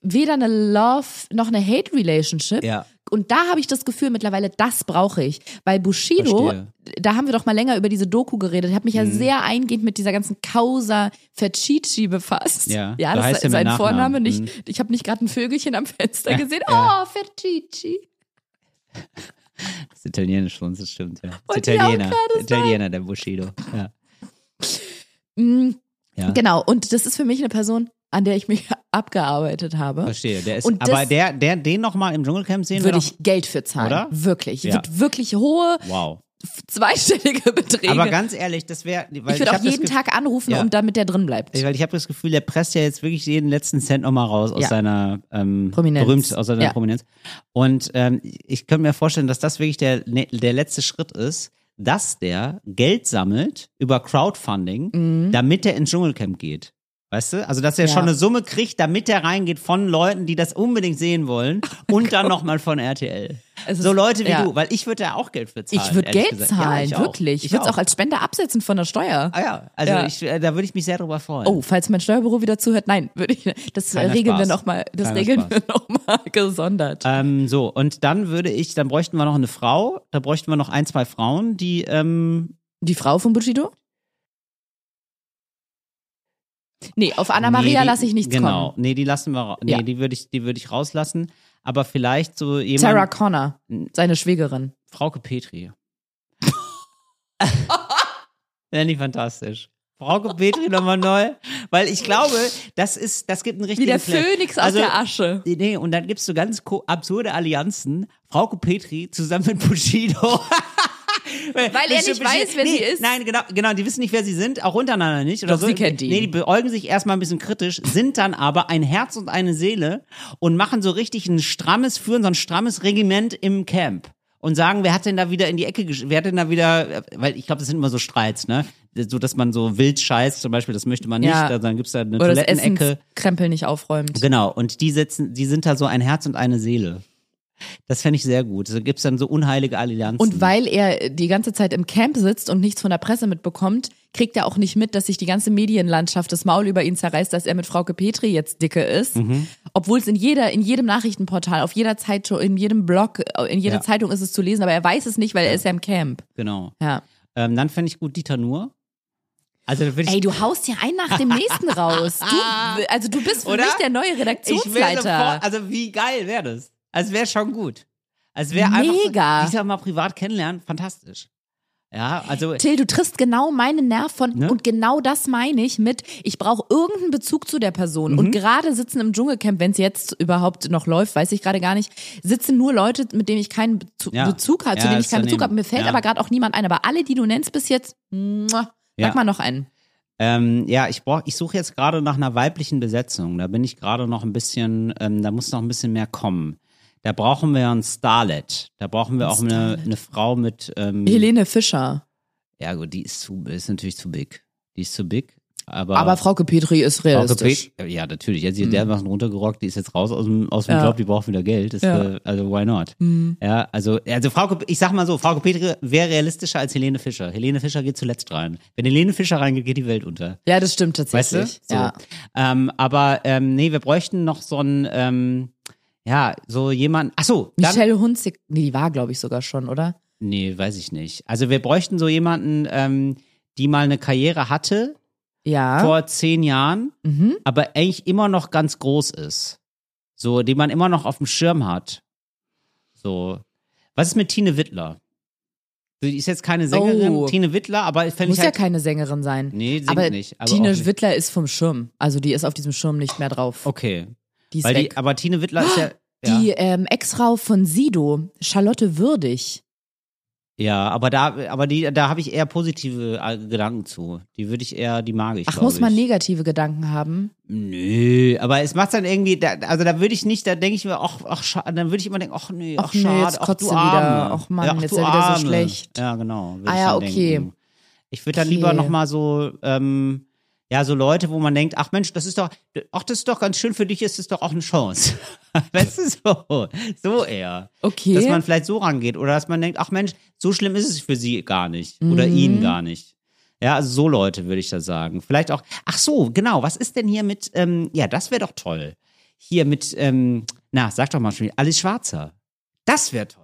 weder eine Love noch eine Hate-Relationship.
Ja.
Und da habe ich das Gefühl mittlerweile, das brauche ich. Weil Bushido,
Verstehe. Mhm.
da haben wir doch mal länger über diese Doku geredet. Ich habe mich ja sehr eingehend mit dieser ganzen Causa Ferchichi befasst.
Ja,
ja
so
das
heißt
ist
der mit
sein
Nachnamen.
Vorname. Nicht,
Mhm.
Ich habe nicht gerade ein Vögelchen am Fenster gesehen. Oh, Ferchichi.
Das ist italienisch für uns, das stimmt, ja. Das
Wollte ich auch
Italiener.
gerade
Italiener, der Bushido. Ja.
Mhm.
Ja.
Genau, und das ist für mich eine Person, an der ich mich abgearbeitet habe.
Verstehe. Der ist,
Und das-
aber der, der, den nochmal im Dschungelcamp sehen wär
Würde ich Geld für zahlen.
Oder?
Wirklich.
Ja.
Wird wirklich hohe
Noch, wow.
zweistellige Beträge.
Aber ganz ehrlich, das wäre.
ich würde auch jeden Tag anrufen,
Ja.
um damit der drin bleibt.
Weil ich habe das Gefühl, der presst ja jetzt wirklich jeden letzten Cent nochmal raus aus
Ja.
seiner ähm,
Prominenz.
Berühmt, aus seiner
Ja.
Prominenz. Und ähm, ich könnte mir vorstellen, dass das wirklich der, ne- der letzte Schritt ist, dass der Geld sammelt über Crowdfunding, damit er ins Dschungelcamp geht. Weißt du? Also, dass er
Mhm. Ja.
schon eine Summe kriegt, damit er reingeht von Leuten, die das unbedingt sehen wollen und dann nochmal von RTL.
Es ist-
so Leute wie
ja.
du, weil ich würde da auch Geld für zahlen.
Ich würde
Ah, ehrlich
Geld
gesagt. Ja,
zahlen,
ich auch.
wirklich. Ich würde es auch als Spender absetzen von der Steuer.
Ah ja, also
Ja.
Ich, äh, da würde ich mich sehr drüber freuen.
Oh, falls mein Steuerbüro wieder zuhört, nein, würde ich das
Kleiner
regeln wir
Spaß.
noch mal, das
Kleiner
regeln
Spaß.
wir noch mal gesondert.
Ähm, so, und dann würde ich, dann bräuchten wir noch eine Frau, da bräuchten wir noch ein, zwei Frauen, die, ähm,
Die Frau von Bushido? Nee, auf Anna Maria
die-
lasse ich nichts
genau,
kommen.
nee, die lassen wir, ra- nee,
Ja.
die würde ich, die würde ich rauslassen, aber vielleicht so jemand,
Sarah Connor, seine Schwägerin.
Frauke Petri. Wäre nicht fantastisch. Frauke Petri nochmal neu, weil ich glaube, das ist, das gibt einen
Wie
richtigen
der
Clash.
Phönix aus
Also,
der Asche.
Nee, und dann gibst du ganz ko- absurde Allianzen. Frauke Petri zusammen mit Bushido. Weil
er nicht weiß, wer
nee,
sie ist.
Nein, genau, genau, die wissen nicht, wer sie sind, auch untereinander nicht. Oder
Doch,
so.
sie kennt ihn.
Nee, die beäugen sich erstmal ein bisschen kritisch, sind dann aber ein Herz und eine Seele und machen so richtig ein strammes, führen so ein strammes Regiment im Camp. Und sagen, wer hat denn da wieder in die Ecke, gesch- wer hat denn da wieder, weil ich glaube, das sind immer so Streits, ne? So, dass man so wild scheißt zum Beispiel, das möchte man nicht,
Ja.
da- dann gibt's da eine
Oder das
Toilettenecke.
Essenskrempel nicht aufräumt.
Genau, und die sitzen, die sind da so ein Herz und eine Seele. Das fände ich sehr gut. Da gibt's dann so unheilige Allianzen.
Und weil er die ganze Zeit im Camp sitzt und nichts von der Presse mitbekommt, kriegt er auch nicht mit, dass sich die ganze Medienlandschaft das Maul über ihn zerreißt, dass er mit Frauke Petri jetzt dicke ist.
Mhm.
Obwohl es in jeder, in jedem Nachrichtenportal, auf jeder Zeitschrift, in jedem Blog, in jeder
Ja.
Zeitung ist es zu lesen, aber er weiß es nicht, weil er ist ja im Camp.
Genau.
Ja.
Ähm, dann fände ich gut Dieter Nuhr. Also da würde ich.
Ey, du haust ja ein nach dem nächsten raus. Du, also du bist für
Oder?
mich der neue
ich wär
Redaktionsleiter.
sofort, also wie geil wäre das? Also wäre schon gut. Also wäre
Mega.
einfach so, Dieter mal privat kennenlernen, fantastisch. Ja, also
Till, du triffst genau meinen Nerv von
Ne?
und genau das meine ich mit, ich brauche irgendeinen Bezug zu der Person.
Mhm.
Und gerade sitzen im Dschungelcamp, wenn es jetzt überhaupt noch läuft, weiß ich gerade gar nicht, sitzen nur Leute, mit denen ich keinen Bezug,
Ja.
Bezug habe, zu
Ja,
denen ich
ist
keinen Bezug
daneben.
habe. Mir fällt
Ja.
aber gerade auch niemand ein. Aber alle, die du nennst bis jetzt, mua,
Ja.
sag mal noch einen.
Ähm, ja, ich brauch, ich suche jetzt gerade nach einer weiblichen Besetzung. Da bin ich gerade noch ein bisschen, ähm, da muss noch ein bisschen mehr kommen. Da brauchen wir ein Starlet. Da brauchen wir auch eine, eine Frau mit. Ähm,
Helene Fischer.
Ja gut, die ist zu, ist natürlich zu big. Die ist zu big. Aber,
Aber Frauke Petri ist
Frauke
realistisch. Mhm.
Pet- ja natürlich. Jetzt ist der was runtergerockt. Die ist jetzt raus aus dem, aus dem
Ja.
Job. Die braucht wieder Geld. Das,
Ja. Mhm.
äh, also why not? Ja, also also Frau, ich sag mal so, Frau Petri wäre realistischer als Helene Fischer. Helene Fischer geht zuletzt rein. Wenn Helene Fischer reingeht, geht die Welt unter.
Ja, das stimmt
Weißt
tatsächlich.
du? So.
Ja.
Ähm, aber ähm, nee, wir bräuchten noch so ein, ähm, ja, so jemand. Ach so, dann,
Michelle Hunzig, nee, die war, glaube ich, sogar schon, oder?
nee, weiß ich nicht. Also wir bräuchten so jemanden, ähm, die mal eine Karriere hatte
Ja.
vor zehn Jahren,
mhm.
aber eigentlich immer noch ganz groß ist. So, die man immer noch auf dem Schirm hat. So. Was ist mit Tine Wittler? Die ist jetzt keine Sängerin,
Oh.
Tine Wittler, aber fände
Muss
ich
ja
halt,
keine Sängerin sein.
Nee, singt
aber
nicht, aber auch
Tine
nicht.
Wittler ist vom Schirm. Also die ist auf diesem Schirm nicht mehr drauf.
Okay.
Die ist
Weil
weg.
die, aber Tine Wittler ist ja. Ja.
Die ähm, Ex-Frau von Sido, Charlotte Würdig.
ja, aber da, aber die, da habe ich eher positive äh, Gedanken zu. Die würde ich eher, die mag ich.
Ach,
glaub
muss man
ich.
negative Gedanken haben?
Nö, aber es macht dann irgendwie, da, also da würde ich nicht, da denke ich mir, ach, ach, scha- dann würde ich immer denken, ach nö, ach,
Ach, nö,
schade,
jetzt
ach
kotzt
du
sie wieder.
Arme.
Ach Mann,
ach,
jetzt
du
ist er wieder so
Arme.
schlecht.
Ja, genau. würd
Ah
ich
ja,
dann
okay.
denken. Ich würde dann
Okay.
lieber nochmal so, ähm, ja, so Leute, wo man denkt, ach Mensch, das ist doch, ach, das ist doch ganz schön, für dich ist es doch auch eine Chance. weißt du, so, so eher.
Okay.
Dass man vielleicht so rangeht oder dass man denkt, ach Mensch, so schlimm ist es für sie gar nicht oder ihn gar nicht. Ja, also so Leute würde ich da sagen. Vielleicht auch, ach so, genau, was ist denn hier mit, ähm, ja, das wäre doch toll. Hier mit, ähm, na, sag doch mal schon, Alice Schwarzer. Das wäre toll,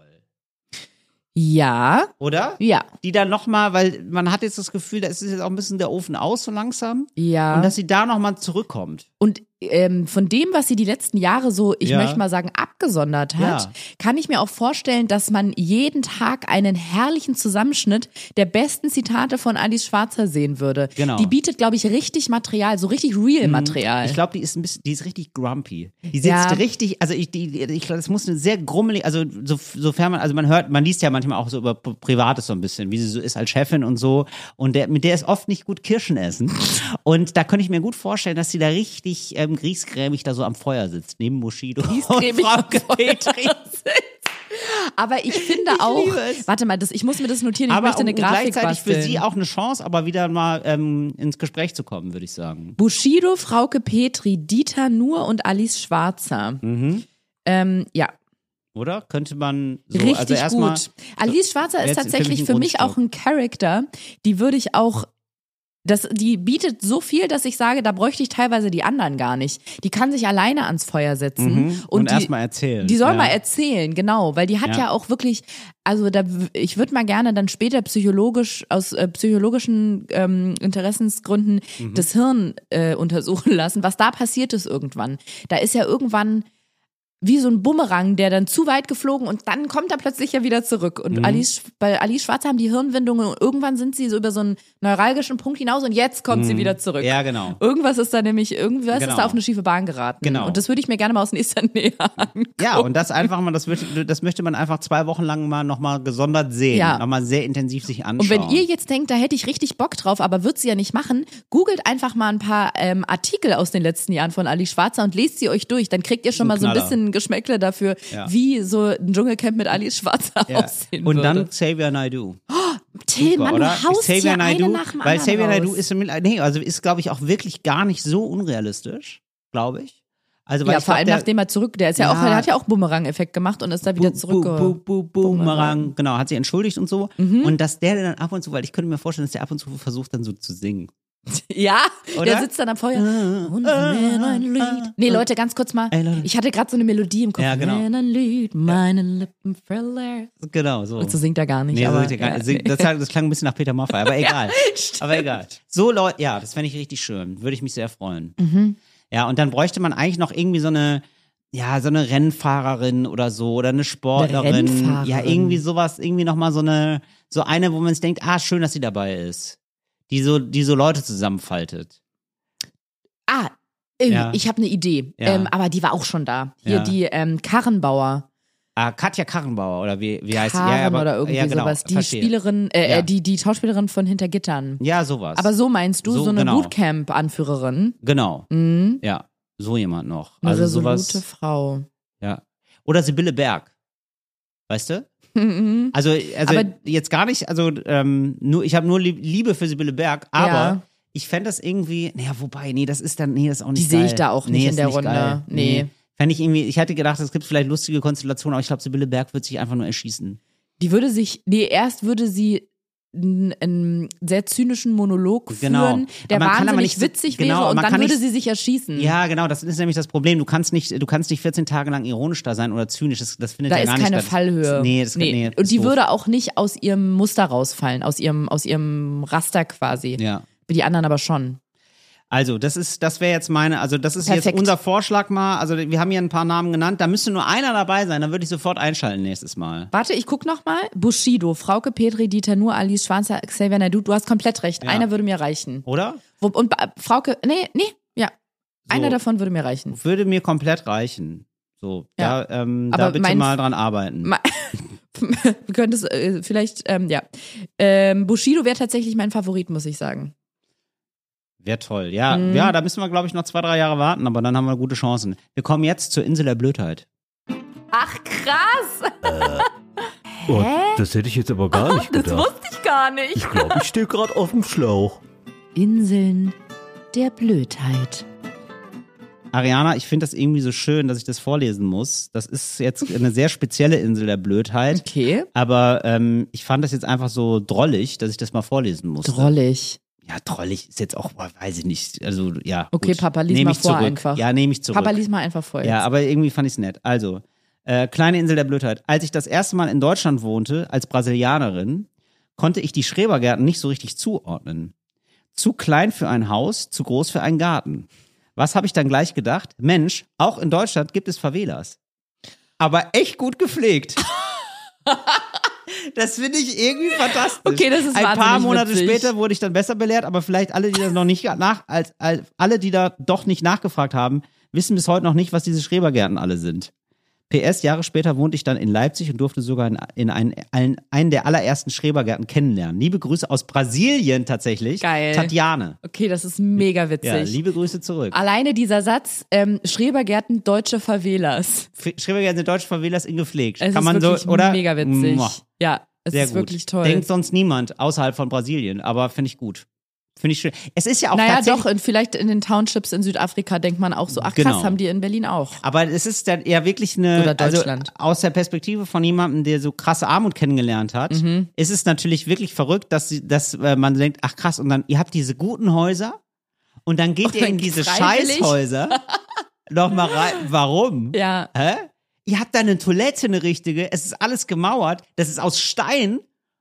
ja,
oder?
ja,
Die da nochmal, weil man hat jetzt das Gefühl, da ist jetzt auch ein bisschen der Ofen aus so langsam.
ja.
Und dass sie da nochmal zurückkommt.
Und ähm, von dem, was sie die letzten Jahre so, ich
Ja.
möchte mal sagen, abgesondert hat,
Ja.
kann ich mir auch vorstellen, dass man jeden Tag einen herrlichen Zusammenschnitt der besten Zitate von Alice Schwarzer sehen würde.
Genau. Mhm.
Die bietet, glaube ich, richtig Material, so richtig real Material.
Ich glaube, die ist ein bisschen, die ist richtig grumpy. Die sitzt
Ja.
richtig, also ich, die, die- ich glaube, das muss eine sehr grummelige, also so, sofern man, also man hört, man liest ja manchmal auch so über P- Privates so ein bisschen, wie sie so ist als Chefin und so. Und der, mit der ist oft nicht gut Kirschen essen. Und da könnte ich mir gut vorstellen, dass sie da richtig ähm, griesgrämig da so am Feuer sitzt, neben Bushido und
Griesgrämig am
Frauke
Feuer.
Petri.
aber ich finde auch,
liebe es.
warte mal, das, ich muss mir das notieren, ich
Aber
möchte eine
und
Grafik
gleichzeitig
basteln.
für sie auch eine Chance, aber wieder mal ähm, ins Gespräch zu kommen, würde ich sagen.
Bushido, Frauke Petri, Dieter Nuhr und Alice Schwarzer. Ähm, ja,
Oder? Könnte man Mhm. so,
Richtig
also erstmal.
gut. Alice Schwarzer ist
jetzt
tatsächlich
für
für
mich
mich
ein
auch ein Charakter, die würde ich auch das, die bietet so viel, dass ich sage, da bräuchte ich teilweise die anderen gar nicht. Die kann sich alleine ans Feuer
Mhm.
setzen
Und,
und, die,
erstmal erzählen.
die soll
ja.
mal erzählen, genau, weil die hat
Ja.
ja, auch wirklich, also da, w- ich würde mal gerne dann später psychologisch, aus äh, psychologischen ähm, Interessensgründen
Mhm.
das Hirn äh, untersuchen lassen, was da passiert ist irgendwann. Da ist ja irgendwann wie so ein Bumerang, der dann zu weit geflogen und dann kommt er plötzlich ja wieder zurück. Und
Mhm.
Alice, Sch- bei Alice Schwarzer haben die Hirnwindungen und irgendwann sind sie so über so einen neuralgischen Punkt hinaus und jetzt kommt sie wieder zurück.
Mhm. Ja, genau.
Irgendwas ist da nämlich, irgendwas
Genau.
ist da auf eine schiefe Bahn geraten.
Genau. Mhm.
Und das würde ich mir gerne mal aus nächster Nähe angucken.
Ja, und das einfach mal, das, wird, das möchte man einfach zwei Wochen lang mal nochmal gesondert sehen.
Ja.
Nochmal sehr intensiv sich anschauen.
Und wenn ihr jetzt denkt, da hätte ich richtig Bock drauf, aber wird sie ja nicht machen, googelt einfach mal ein paar ähm, Artikel aus den letzten Jahren von Ali Schwarzer und lest sie euch durch. Dann kriegt ihr schon
Ein
mal so ein
Knaller.
bisschen ein Geschmäckle dafür,
Ja.
wie so ein Dschungelcamp mit Ali Schwarzer
ja.
aussehen
Und
würde.
dann Xavier Naidoo.
Till,
Super,
Mann,
oder?
du haust
Xavier
hier
Naidoo,
eine nach dem
Weil
anderen
Xavier
raus.
Naidoo ist, im- nee, also ist glaube ich auch wirklich gar nicht so unrealistisch, glaube ich. Also, weil
ja,
ich
vor
glaub,
allem
der-
nachdem er zurück, der ist
Ja.
ja, auch, der hat ja auch Bumerang-Effekt gemacht und ist da wieder
Bu-
zurück.
Bu, bu, bu, Bumerang, genau, hat sie entschuldigt und so.
Mhm.
Und dass der dann ab und zu, weil ich könnte mir vorstellen, dass der ab und zu versucht, dann so zu singen.
Ja,
Oder? Ah,
der sitzt dann am Feuer. Und wenn ein Lied. Nee, Leute, ganz kurz mal.
Ey, Leute.
Ich hatte gerade so eine Melodie im Kopf.
Ja, genau.
Wenn ein Lied, meine Lippen thriller.
Genau, so.
Und so singt er gar nicht.
Nee,
aber,
so richtig gar
ja.
nicht. Sing- Das, klang- das klang ein bisschen nach Peter Maffay, aber egal. aber egal. So Leute, ja, das fände ich richtig schön. Würde ich mich sehr freuen.
Mhm.
Ja, und dann bräuchte man eigentlich noch irgendwie so eine, ja, so eine Rennfahrerin oder so oder eine Sportlerin.
Rennfahrerin.
Ja, irgendwie sowas, irgendwie nochmal so eine, so eine, wo man sich denkt, ah, schön, dass sie dabei ist. Die so, die so Leute zusammenfaltet.
Ah, ähm,
Ja.
ich habe eine Idee.
Ja.
Ähm, aber die war auch schon da. Hier
Ja.
die ähm, Karrenbauer.
Ah, Katja Karrenbauer oder wie, wie heißt sie?
Karen
Ja, aber,
oder irgendwie
ja, genau,
sowas. Die
verstehe.
Spielerin, äh,
Ja.
äh, die, die Schauspielerin von Hinter Gittern.
Ja, sowas.
Aber so meinst du,
So,
so, eine
genau.
Bootcamp-Anführerin?
genau.
Mhm.
Ja, so jemand noch.
Eine
also
resolute
sowas.
Frau.
Ja. Oder Sibylle Berg. Weißt du?
Mhm.
Also, also
Aber-
jetzt gar nicht, also ähm, nur, ich habe nur Lieb- Liebe für Sibylle Berg, aber
Ja.
ich fände das irgendwie, naja, wobei, nee, das ist dann, nee, das ist auch nicht
Die sehe ich
geil.
da auch nicht
nee,
in
ist
der Runde.
Geil.
Nee.
Fände ich irgendwie, ich hätte gedacht, es gibt vielleicht lustige Konstellationen, aber ich glaube, Sibylle Berg wird sich einfach nur erschießen.
Die würde sich, nee, erst würde sie n- einen sehr zynischen Monolog
Genau.
führen, der
Aber man kann aber
wahnsinnig
nicht so-
witzig
genau,
wäre
aber
und
man
dann
kann
würde
nicht-
sie sich erschießen.
Ja, genau, das ist nämlich das Problem. Du kannst nicht, du kannst nicht 14 Tage lang ironisch da sein oder zynisch. Das, das findet
Da
ja
ist
gar
keine
nicht statt.
Fallhöhe.
Nee, das nee. das
und die
ist doof.
würde auch nicht aus ihrem Muster rausfallen, aus ihrem, aus ihrem Raster quasi.
Ja.
Die anderen aber schon.
Also, das ist, das wäre jetzt meine, also das ist jetzt
Perfekt.
unser Vorschlag mal. Also, wir haben hier ein paar Namen genannt. Da müsste nur einer dabei sein, dann würde ich sofort einschalten nächstes Mal.
Warte, ich guck noch mal. Bushido, Frauke Petri, Dieter Nuhr, Alice Schwanzer, Xavier Naidoo. Du hast komplett recht. Einer würde mir reichen.
Oder?
Wo- Und ba- Frauke, nee, nee, ja. Einer davon würde mir reichen.
Würde mir komplett reichen. So,
Ja.
da, ähm, da
Aber
bitte
mein-
mal dran arbeiten.
Ma- Wir könnten es äh, vielleicht, ähm, ja. Ähm, Bushido wäre tatsächlich mein Favorit, muss ich sagen.
Wäre toll. Ja,
Mhm.
ja, da müssen wir, glaube ich, noch zwei, drei Jahre warten, aber dann haben wir gute Chancen. Wir kommen jetzt zur Insel der Blödheit.
Ach krass,
Oh, das hätte ich jetzt aber gar nicht gedacht.
ich gar nicht.
Ich glaube, ich stehe gerade auf dem Schlauch.
Inseln der Blödheit.
Ariana, ich finde das irgendwie so schön, dass ich das vorlesen muss. Das ist jetzt eine sehr spezielle Insel der Blödheit.
Okay.
Aber ähm, ich fand das jetzt einfach so drollig, dass ich das mal vorlesen musste.
Drollig.
Ja, drollig ist jetzt auch, boah, weiß ich nicht. Also, ja.
Okay, Papa, lies
Nehm
mal
ich
vor
zurück.
einfach.
Ja, nehme ich zurück.
Papa, lies mal einfach vor.
Ja,
jetzt.
aber irgendwie fand ich's nett. Also, äh, kleine Insel der Blödheit. Als ich das erste Mal in Deutschland wohnte, als Brasilianerin, konnte ich die Schrebergärten nicht so richtig zuordnen. Zu klein für ein Haus, zu groß für einen Garten. Was habe ich dann gleich gedacht? Mensch, auch in Deutschland gibt es Favelas. Aber echt gut gepflegt. Das finde ich irgendwie fantastisch.
Okay, das ist
Ein paar
wahnsinnig
Monate
witzig.
später wurde ich dann besser belehrt, aber vielleicht alle, die das noch nicht nach, als, als alle, die da doch nicht nachgefragt haben, wissen bis heute noch nicht, was diese Schrebergärten alle sind. PS, Jahre später wohnte ich dann in Leipzig und durfte sogar in, in einen, einen, einen der allerersten Schrebergärten kennenlernen. Liebe Grüße aus Brasilien tatsächlich.
Geil.
Tatjane.
Okay, das ist mega witzig.
Ja, liebe Grüße zurück.
Alleine dieser Satz, ähm, Schrebergärten deutsche Favelas.
F- Schrebergärten sind deutsche Favelas in gepflegt.
Es
Kann
ist
man
wirklich
so, oder?
mega witzig.
Mua.
Ja, es
Sehr
ist
gut.
wirklich toll.
Denkt sonst niemand außerhalb von Brasilien, aber finde ich gut. Finde ich schön. Es ist ja auch
naja,
tatsächlich,
doch, in, vielleicht in den Townships in Südafrika denkt man auch so, ach
Genau.
krass, haben die in Berlin auch.
Aber es ist dann eher wirklich eine,
Oder
also
Deutschland.
aus der Perspektive von jemandem, der so krasse Armut kennengelernt hat,
Mhm.
ist es natürlich wirklich verrückt, dass, sie, dass äh, man denkt, ach krass, und dann, ihr habt diese guten Häuser und dann geht
Und
ihr
dann
in diese
freiwillig.
Scheißhäuser nochmal rein. Warum?
Ja,
Hä? Ihr habt da eine Toilette, eine richtige, es ist alles gemauert, das ist aus Stein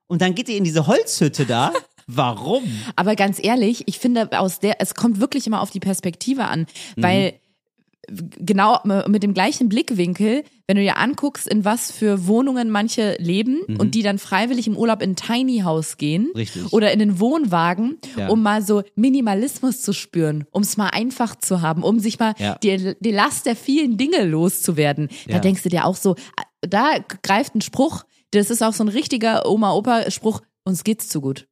und dann geht ihr in diese Holzhütte da. Warum?
aber ganz ehrlich, ich finde aus der, es kommt wirklich immer auf die Perspektive an,
Mhm.
weil genau mit dem gleichen Blickwinkel, wenn du dir anguckst, in was für Wohnungen manche leben und die dann freiwillig im Urlaub in ein Tiny House gehen
Mhm. Richtig.
oder in den Wohnwagen,
Ja.
um mal so Minimalismus zu spüren, um es mal einfach zu haben, um sich mal
Ja.
die, die Last der vielen Dinge loszuwerden. Da
Ja.
denkst du dir auch so, äh, da greift ein Spruch, das ist auch so ein richtiger Oma-Opa-Spruch, uns geht's zu gut.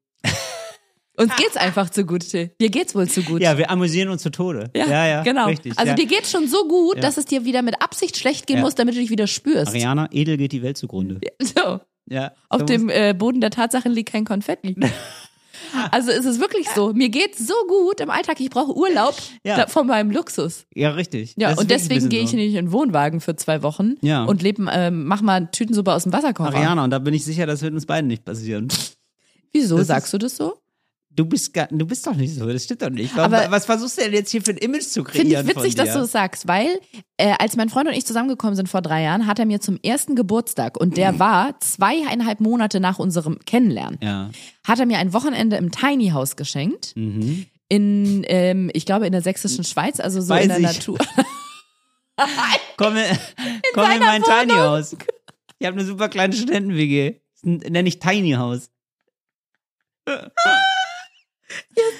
Uns geht's einfach zu gut, Till. Dir geht's wohl zu gut.
Ja, wir amüsieren uns zu Tode. Ja, ja,
genau.
Richtig,
also
ja.
dir geht's schon so gut, dass es dir wieder mit Absicht schlecht gehen
Ja.
muss, damit du dich wieder spürst.
Ariana, edel geht die Welt zugrunde.
So.
Ja,
Auf
so
dem äh, Boden der Tatsachen liegt kein Konfetti. Also ist es wirklich so. Mir geht's so gut im Alltag. Ich brauche Urlaub
Ja.
da, von meinem Luxus.
Ja, richtig.
Ja,
Das ist wirklich
und
ein
deswegen
bisschen
gehe ich
so.
nicht in den Wohnwagen für zwei Wochen
Ja.
und leb, ähm, mach mal Tütensuppe aus dem Wasserkocher.
Ariana, und da bin ich sicher, das wird uns beiden nicht passieren.
Wieso
Das
sagst du das so?
Du bist, gar, du bist doch nicht so, das stimmt doch nicht. Warum,
Aber-
was versuchst du denn jetzt hier für ein Image zu kreieren?
Finde ich witzig,
von
dass
dir?
du das sagst, weil äh, als mein Freund und ich zusammengekommen sind vor drei Jahren, hat er mir zum ersten Geburtstag und
Mhm.
der war zweieinhalb Monate nach unserem Kennenlernen,
Ja.
hat er mir ein Wochenende im Tiny House geschenkt.
Mhm.
In, ähm, ich glaube, in der sächsischen Schweiz, also so
Weiß
in der
ich.
Natur.
Komm, in, komm in mein Tiny House. Ich habe eine super kleine Studenten-WG. Das Nenne ich Tiny House.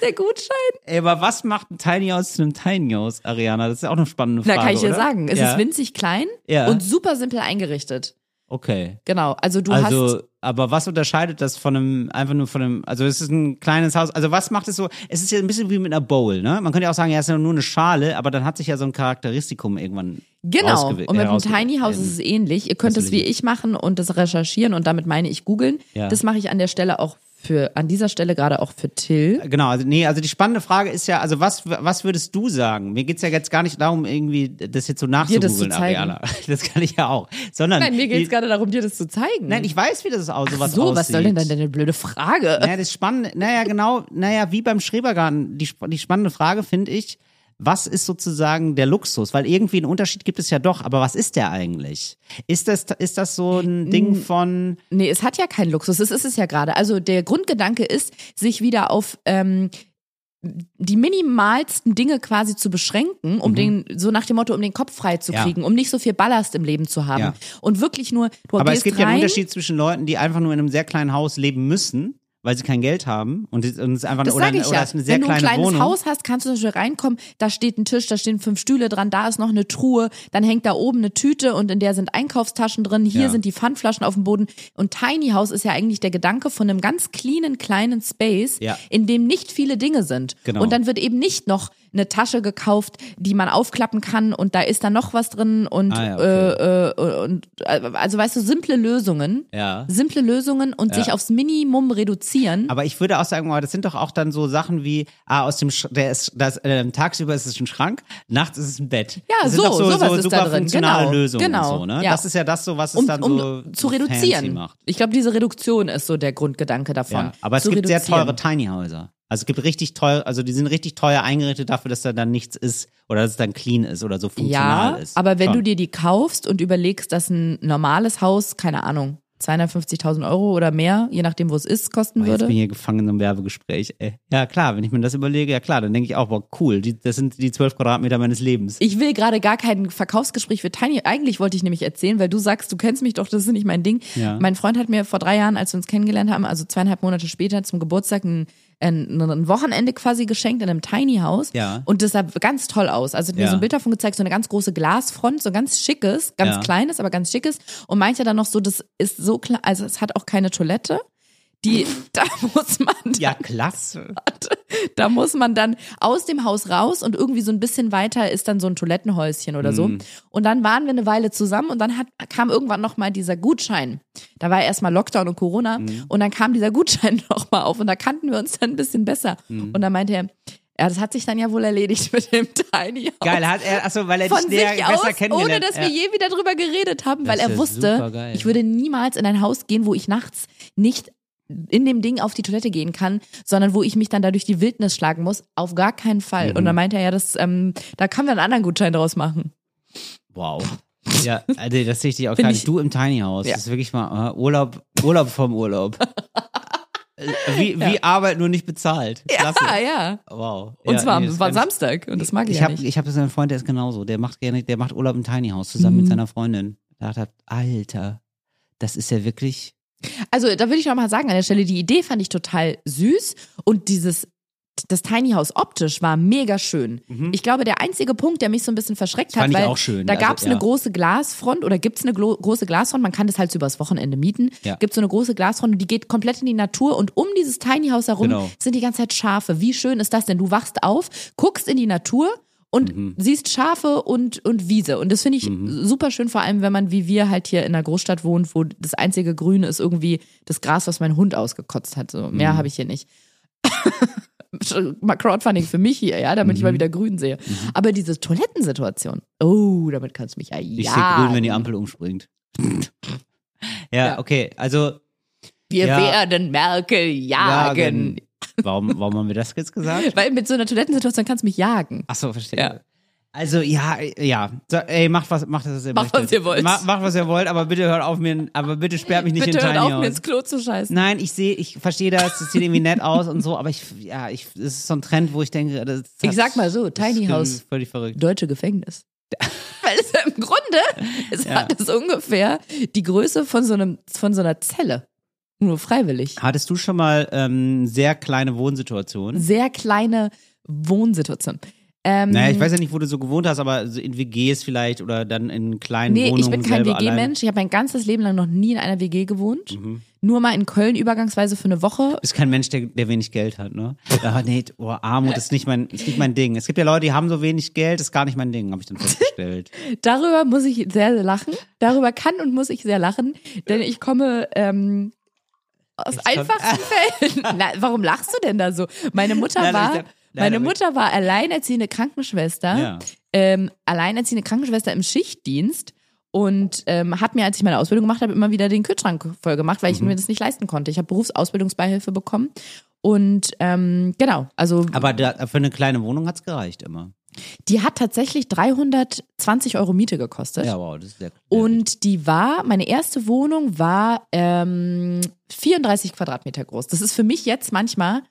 Der Gutschein.
Ey, aber was macht ein Tiny House zu einem Tiny House, Ariana? Das ist auch eine spannende
Na,
Frage.
kann ich dir
oder?
sagen. Es
ja.
ist winzig klein
Ja.
und super simpel eingerichtet.
Okay.
Genau. Also du hast.
also, aber was unterscheidet das von einem, einfach nur von einem, also es ist ein kleines Haus, also was macht es so, es ist ja ein bisschen wie mit einer Bowl, ne? Man könnte ja auch sagen, ja, es ist ja nur eine Schale, aber dann hat sich ja so ein Charakteristikum irgendwann Ähm,
Genau.
rausgewe-
Und mit einem
herausge-
Tiny House ist es ähnlich. Ihr könnt es wie ich machen und das recherchieren und damit meine ich googeln.
Ja.
Das mache ich an der Stelle auch für, an dieser Stelle gerade auch für Till.
Genau, also nee, also die spannende Frage ist ja, also was, was würdest du sagen? Mir geht's ja jetzt gar nicht darum, irgendwie das jetzt so
Dir das zu
nachzugoogeln,
zeigen.
Ariana. Das kann ich ja auch. Sondern
Nein, mir geht es
die-
gerade darum, dir das zu zeigen.
Nein, ich weiß, wie das aus, sowas
so,
aussieht.
was soll denn dann deine blöde Frage?
Naja, das Spannende, naja, genau, naja, wie beim Schrebergarten, die, sp- die spannende Frage finde ich, was ist sozusagen der Luxus? Weil irgendwie einen Unterschied gibt es ja doch, aber was ist der eigentlich? Ist das, ist das so ein Ding von,
Nee, es hat ja keinen Luxus. Das ist es ja gerade. Also der Grundgedanke ist, sich wieder auf ähm, die minimalsten Dinge quasi zu beschränken, um den, so nach dem Motto, um den Kopf frei zu
Mhm. Ja.
kriegen, um nicht so viel Ballast im Leben zu haben.
Ja.
Und wirklich nur, du
Aber
gehst
es gibt
rein,
ja einen Unterschied zwischen Leuten, die einfach nur in einem sehr kleinen Haus leben müssen, weil sie kein Geld haben und es und es ist einfach
Das
oder,
sage ich
oder
ja.
es ist eine sehr
Wenn du ein
kleine
kleines
Wohnung.
Haus hast, kannst du zum Beispiel reinkommen, da steht ein Tisch, da stehen fünf Stühle dran, da ist noch eine Truhe, dann hängt da oben eine Tüte und in der sind Einkaufstaschen drin, hier
Ja.
sind die Pfandflaschen auf dem Boden. Und Tiny House ist ja eigentlich der Gedanke von einem ganz cleanen, kleinen Space,
Ja.
in dem nicht viele Dinge sind.
Genau.
Und dann wird eben nicht noch eine Tasche gekauft, die man aufklappen kann und da ist dann noch was drin und,
Ah, ja, okay.
äh, äh, und äh, also weißt du, simple Lösungen.
Ja.
Simple Lösungen und sich aufs Minimum reduzieren.
Aber ich würde auch sagen, boah, das sind doch auch dann so Sachen wie, ah, aus dem Sch der ist, das, ähm, tagsüber ist es ein Schrank, nachts ist es ein Bett.
Ja,
das
so,
sind doch so,
sowas
so
ist
super
da drin.
funktionale
Genau,
Lösungen
genau,
und so, ne?
ja.
Das ist ja das so, was es
um,
dann
um
so
zu
fancy
reduzieren.
macht.
Ich glaube, diese Reduktion ist so der Grundgedanke davon.
Ja. Aber es
zu
gibt sehr
reduzieren.
teure Tiny Häuser. Also es gibt richtig teuer, also die sind richtig teuer eingerichtet dafür, dass da dann nichts ist oder dass es dann clean ist oder so funktional
Ja,
ist.
aber wenn
Schon.
du dir die kaufst und überlegst, dass ein normales Haus, keine Ahnung, 250.000 Euro oder mehr, je nachdem, wo es ist, kosten
Boah, jetzt bin
würde.
ich hier gefangen in so einem Werbegespräch. Ey. Ja, klar, wenn ich mir das überlege, ja klar, dann denke ich auch, boah, cool, die, das sind die zwölf Quadratmeter meines Lebens.
Ich will gerade gar kein Verkaufsgespräch für Tiny. Eigentlich wollte ich nämlich erzählen, weil du sagst, du kennst mich doch, das ist nicht mein Ding.
Ja.
Mein Freund hat mir vor drei Jahren, als wir uns kennengelernt haben, also zweieinhalb Monate später zum Geburtstag ein, ein, ein Wochenende quasi geschenkt in einem Tiny House.
Ja.
Und das sah ganz toll aus. Also hat mir
Ja.
so ein Bild davon gezeigt, so eine ganz große Glasfront, so ein ganz schickes, ganz
Ja.
kleines, aber ganz schickes. Und meinte dann noch so, das ist so klar, also es hat auch keine Toilette. Die, da muss man dann,
Ja, klasse.
da muss man dann aus dem Haus raus und irgendwie so ein bisschen weiter ist dann so ein Toilettenhäuschen oder so. Und dann waren wir eine Weile zusammen und dann hat, kam irgendwann nochmal dieser Gutschein. Da war erstmal Lockdown und Corona und dann kam dieser Gutschein nochmal auf und da kannten wir uns dann ein bisschen besser. Und dann meinte er, ja, das hat sich dann ja wohl erledigt mit dem Tiny House.
Geil, hat er, achso, weil er
Von
dich näher
sich aus,
besser kennengelernt
ohne dass wir je wieder drüber geredet haben, weil
Das
er
ist
wusste,
supergeil.
ich würde niemals in ein Haus gehen, wo ich nachts nicht in dem Ding auf die Toilette gehen kann, sondern wo ich mich dann da durch die Wildnis schlagen muss. Auf gar keinen Fall.
Mhm.
Und dann meinte er, ja, das, ähm, da können wir einen anderen Gutschein draus machen.
Wow. Ja, also das sehe ich dich auch
Find
gar
ich-
nicht. Du im Tiny House.
Ja.
Das ist wirklich mal äh, Urlaub, Urlaub vom Urlaub. Äh, wie, wie Arbeit nur nicht bezahlt. Klasse.
Ah, ja.
Wow.
Und
ja,
zwar
nee, das
war
kann ich-
Samstag und das mag ich,
ich
ja
hab,
nicht.
Ich habe so einen Freund, der ist genauso. Der macht gerne, der macht Urlaub im Tiny House zusammen
Mhm.
mit seiner Freundin. Da hat er, Alter, das ist ja wirklich.
Also da würde ich noch mal sagen an der Stelle, die Idee fand ich total süß und dieses das Tiny House optisch war mega schön. Ich glaube, der einzige Punkt, der mich so ein bisschen verschreckt
Mhm. fand
hat,
ich
weil
auch schön.
da
Also,
gab es eine
ja.
große Glasfront oder gibt es eine glo- große Glasfront, man kann das halt so übers Wochenende mieten,
Ja.
gibt so eine große Glasfront und die geht komplett in die Natur und um dieses Tiny House herum
Genau.
sind die ganze Zeit Schafe. Wie schön ist das denn? Du wachst auf, guckst in die Natur und
Mhm.
siehst Schafe und, und Wiese. Und das finde ich super schön, vor allem wenn man wie wir halt hier in einer Großstadt wohnt, wo das einzige Grüne ist irgendwie das Gras, was mein Hund ausgekotzt hat. So,
Mhm.
mehr habe ich hier nicht. Mal Crowdfunding für mich hier, ja, damit ich
Mhm.
mal wieder grün sehe. Aber diese Toilettensituation, oh, damit kannst du mich ja
Ich sehe grün, wenn die Ampel umspringt. ja,
Ja.
okay. Also,
Wir
Ja.
werden Merkel jagen.
Jagen. genau. warum, warum haben wir das jetzt gesagt?
Weil mit so einer Toilettensituation kannst du mich jagen.
Ach so, verstehe.
Ja.
Also ja, ja. So, ey, macht was, macht das, was ihr
Macht,
möchtet.
was ihr wollt.
Ma macht was ihr wollt, aber bitte hört auf mir, aber bitte sperrt mich nicht
Bitte
in Tiny
hört auf,
House.
mir ins Klo zu scheißen.
Nein, ich sehe, ich verstehe das, das sieht irgendwie nett aus und so, aber ich, ja, ich, das ist so ein Trend, wo ich denke, das ist
Ich sag mal so, Tiny House.
Völlig verrückt.
Deutsche Gefängnis. Weil es im Grunde, es
Ja.
hat es ungefähr die Größe von so, einem, von so einer Zelle. Nur freiwillig.
Hattest du schon mal ähm, sehr kleine Wohnsituationen?
Sehr kleine Wohnsituation. Ähm,
Naja, ich weiß ja nicht, wo du so gewohnt hast, aber so in WGs vielleicht oder dann in kleinen
nee,
Wohnungen
ich bin kein
selber allein. Mhm.
WG-Mensch. Ich habe mein ganzes Leben lang noch nie in einer WG gewohnt. Nur mal in Köln übergangsweise für eine Woche.
Bist kein Mensch, der, der wenig Geld hat, ne? Ah, nee, oh, Armut ist nicht mein, ist nicht mein Ding. Es gibt ja Leute, die haben so wenig Geld, ist gar nicht mein Ding, habe ich dann festgestellt.
Darüber muss ich sehr, sehr lachen. Darüber kann und muss ich sehr lachen, denn ich komme ähm, aus einfachsten Fällen. Na, warum lachst du denn da so? Meine Mutter
Nein,
war,
aber ich glaub- nein,
meine
aber ich-
Mutter war alleinerziehende Krankenschwester.
Ja.
Ähm, alleinerziehende Krankenschwester im Schichtdienst. Und ähm, hat mir, als ich meine Ausbildung gemacht habe, immer wieder den Kühlschrank voll gemacht, weil ich
Mhm.
mir das nicht leisten konnte. Ich habe Berufsausbildungsbeihilfe bekommen. Und ähm, genau, also
Aber da, für eine kleine Wohnung hat's gereicht immer.
die hat tatsächlich 320 Euro Miete gekostet.
Ja, wow, das ist sehr sehr
Und die war, meine erste Wohnung war ähm, 34 Quadratmeter groß. Das ist für mich jetzt manchmal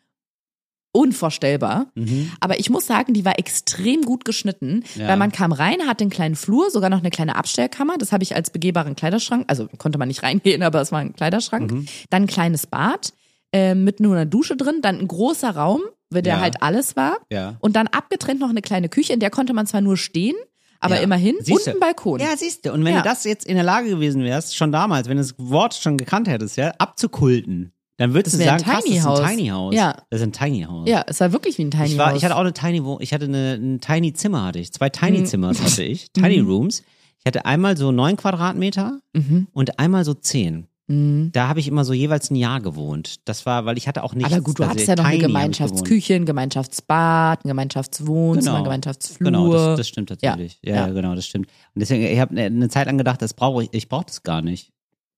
unvorstellbar.
Mhm.
Aber ich muss sagen, die war extrem gut geschnitten, weil man kam rein, hatte einen kleinen Flur, sogar noch eine kleine Abstellkammer. Das habe ich als begehbaren Kleiderschrank, also konnte man nicht reingehen, aber es war ein Kleiderschrank.
Mhm.
Dann ein kleines Bad äh, mit nur einer Dusche drin, dann ein großer Raum, weil der
Ja.
halt alles war.
Ja.
Und dann abgetrennt noch eine kleine Küche, in der konnte man zwar nur stehen, aber
Ja.
immerhin
Siehste.
und ein Balkon.
Ja, siehst du. Und wenn
Ja.
du das jetzt in der Lage gewesen wärst, schon damals, wenn du das Wort schon gekannt hättest, ja, abzukulten, dann würdest
Das
du
wär
sagen,
ein
krass, das
Tiny
ist
House.
ein Tiny House.
Ja.
Das ist ein Tiny House.
Ja, es war wirklich wie ein Tiny
Ich, war,
House.
ich hatte auch eine Tiny Wo ich hatte eine, ein Tiny Zimmer hatte ich. Zwei
Mhm.
Tiny Zimmers hatte ich. Tiny Rooms. Ich hatte einmal so neun Quadratmeter
Mhm.
und einmal so zehn. Da habe ich immer so jeweils ein Jahr gewohnt. Das war, weil ich hatte auch nichts.
aber gut, du
also
hattest ja noch eine
tiny hab ich gewohnt.
Gemeinschaftsküche, ein Gemeinschaftsbad, ein Gemeinschaftswohnzimmer, ein Gemeinschaftsflur.
Genau, das, das stimmt
Ja,
tatsächlich. Ja, ja, genau, das stimmt. Und deswegen, ich habe eine Zeit lang gedacht, das brauche ich, ich brauche das gar nicht.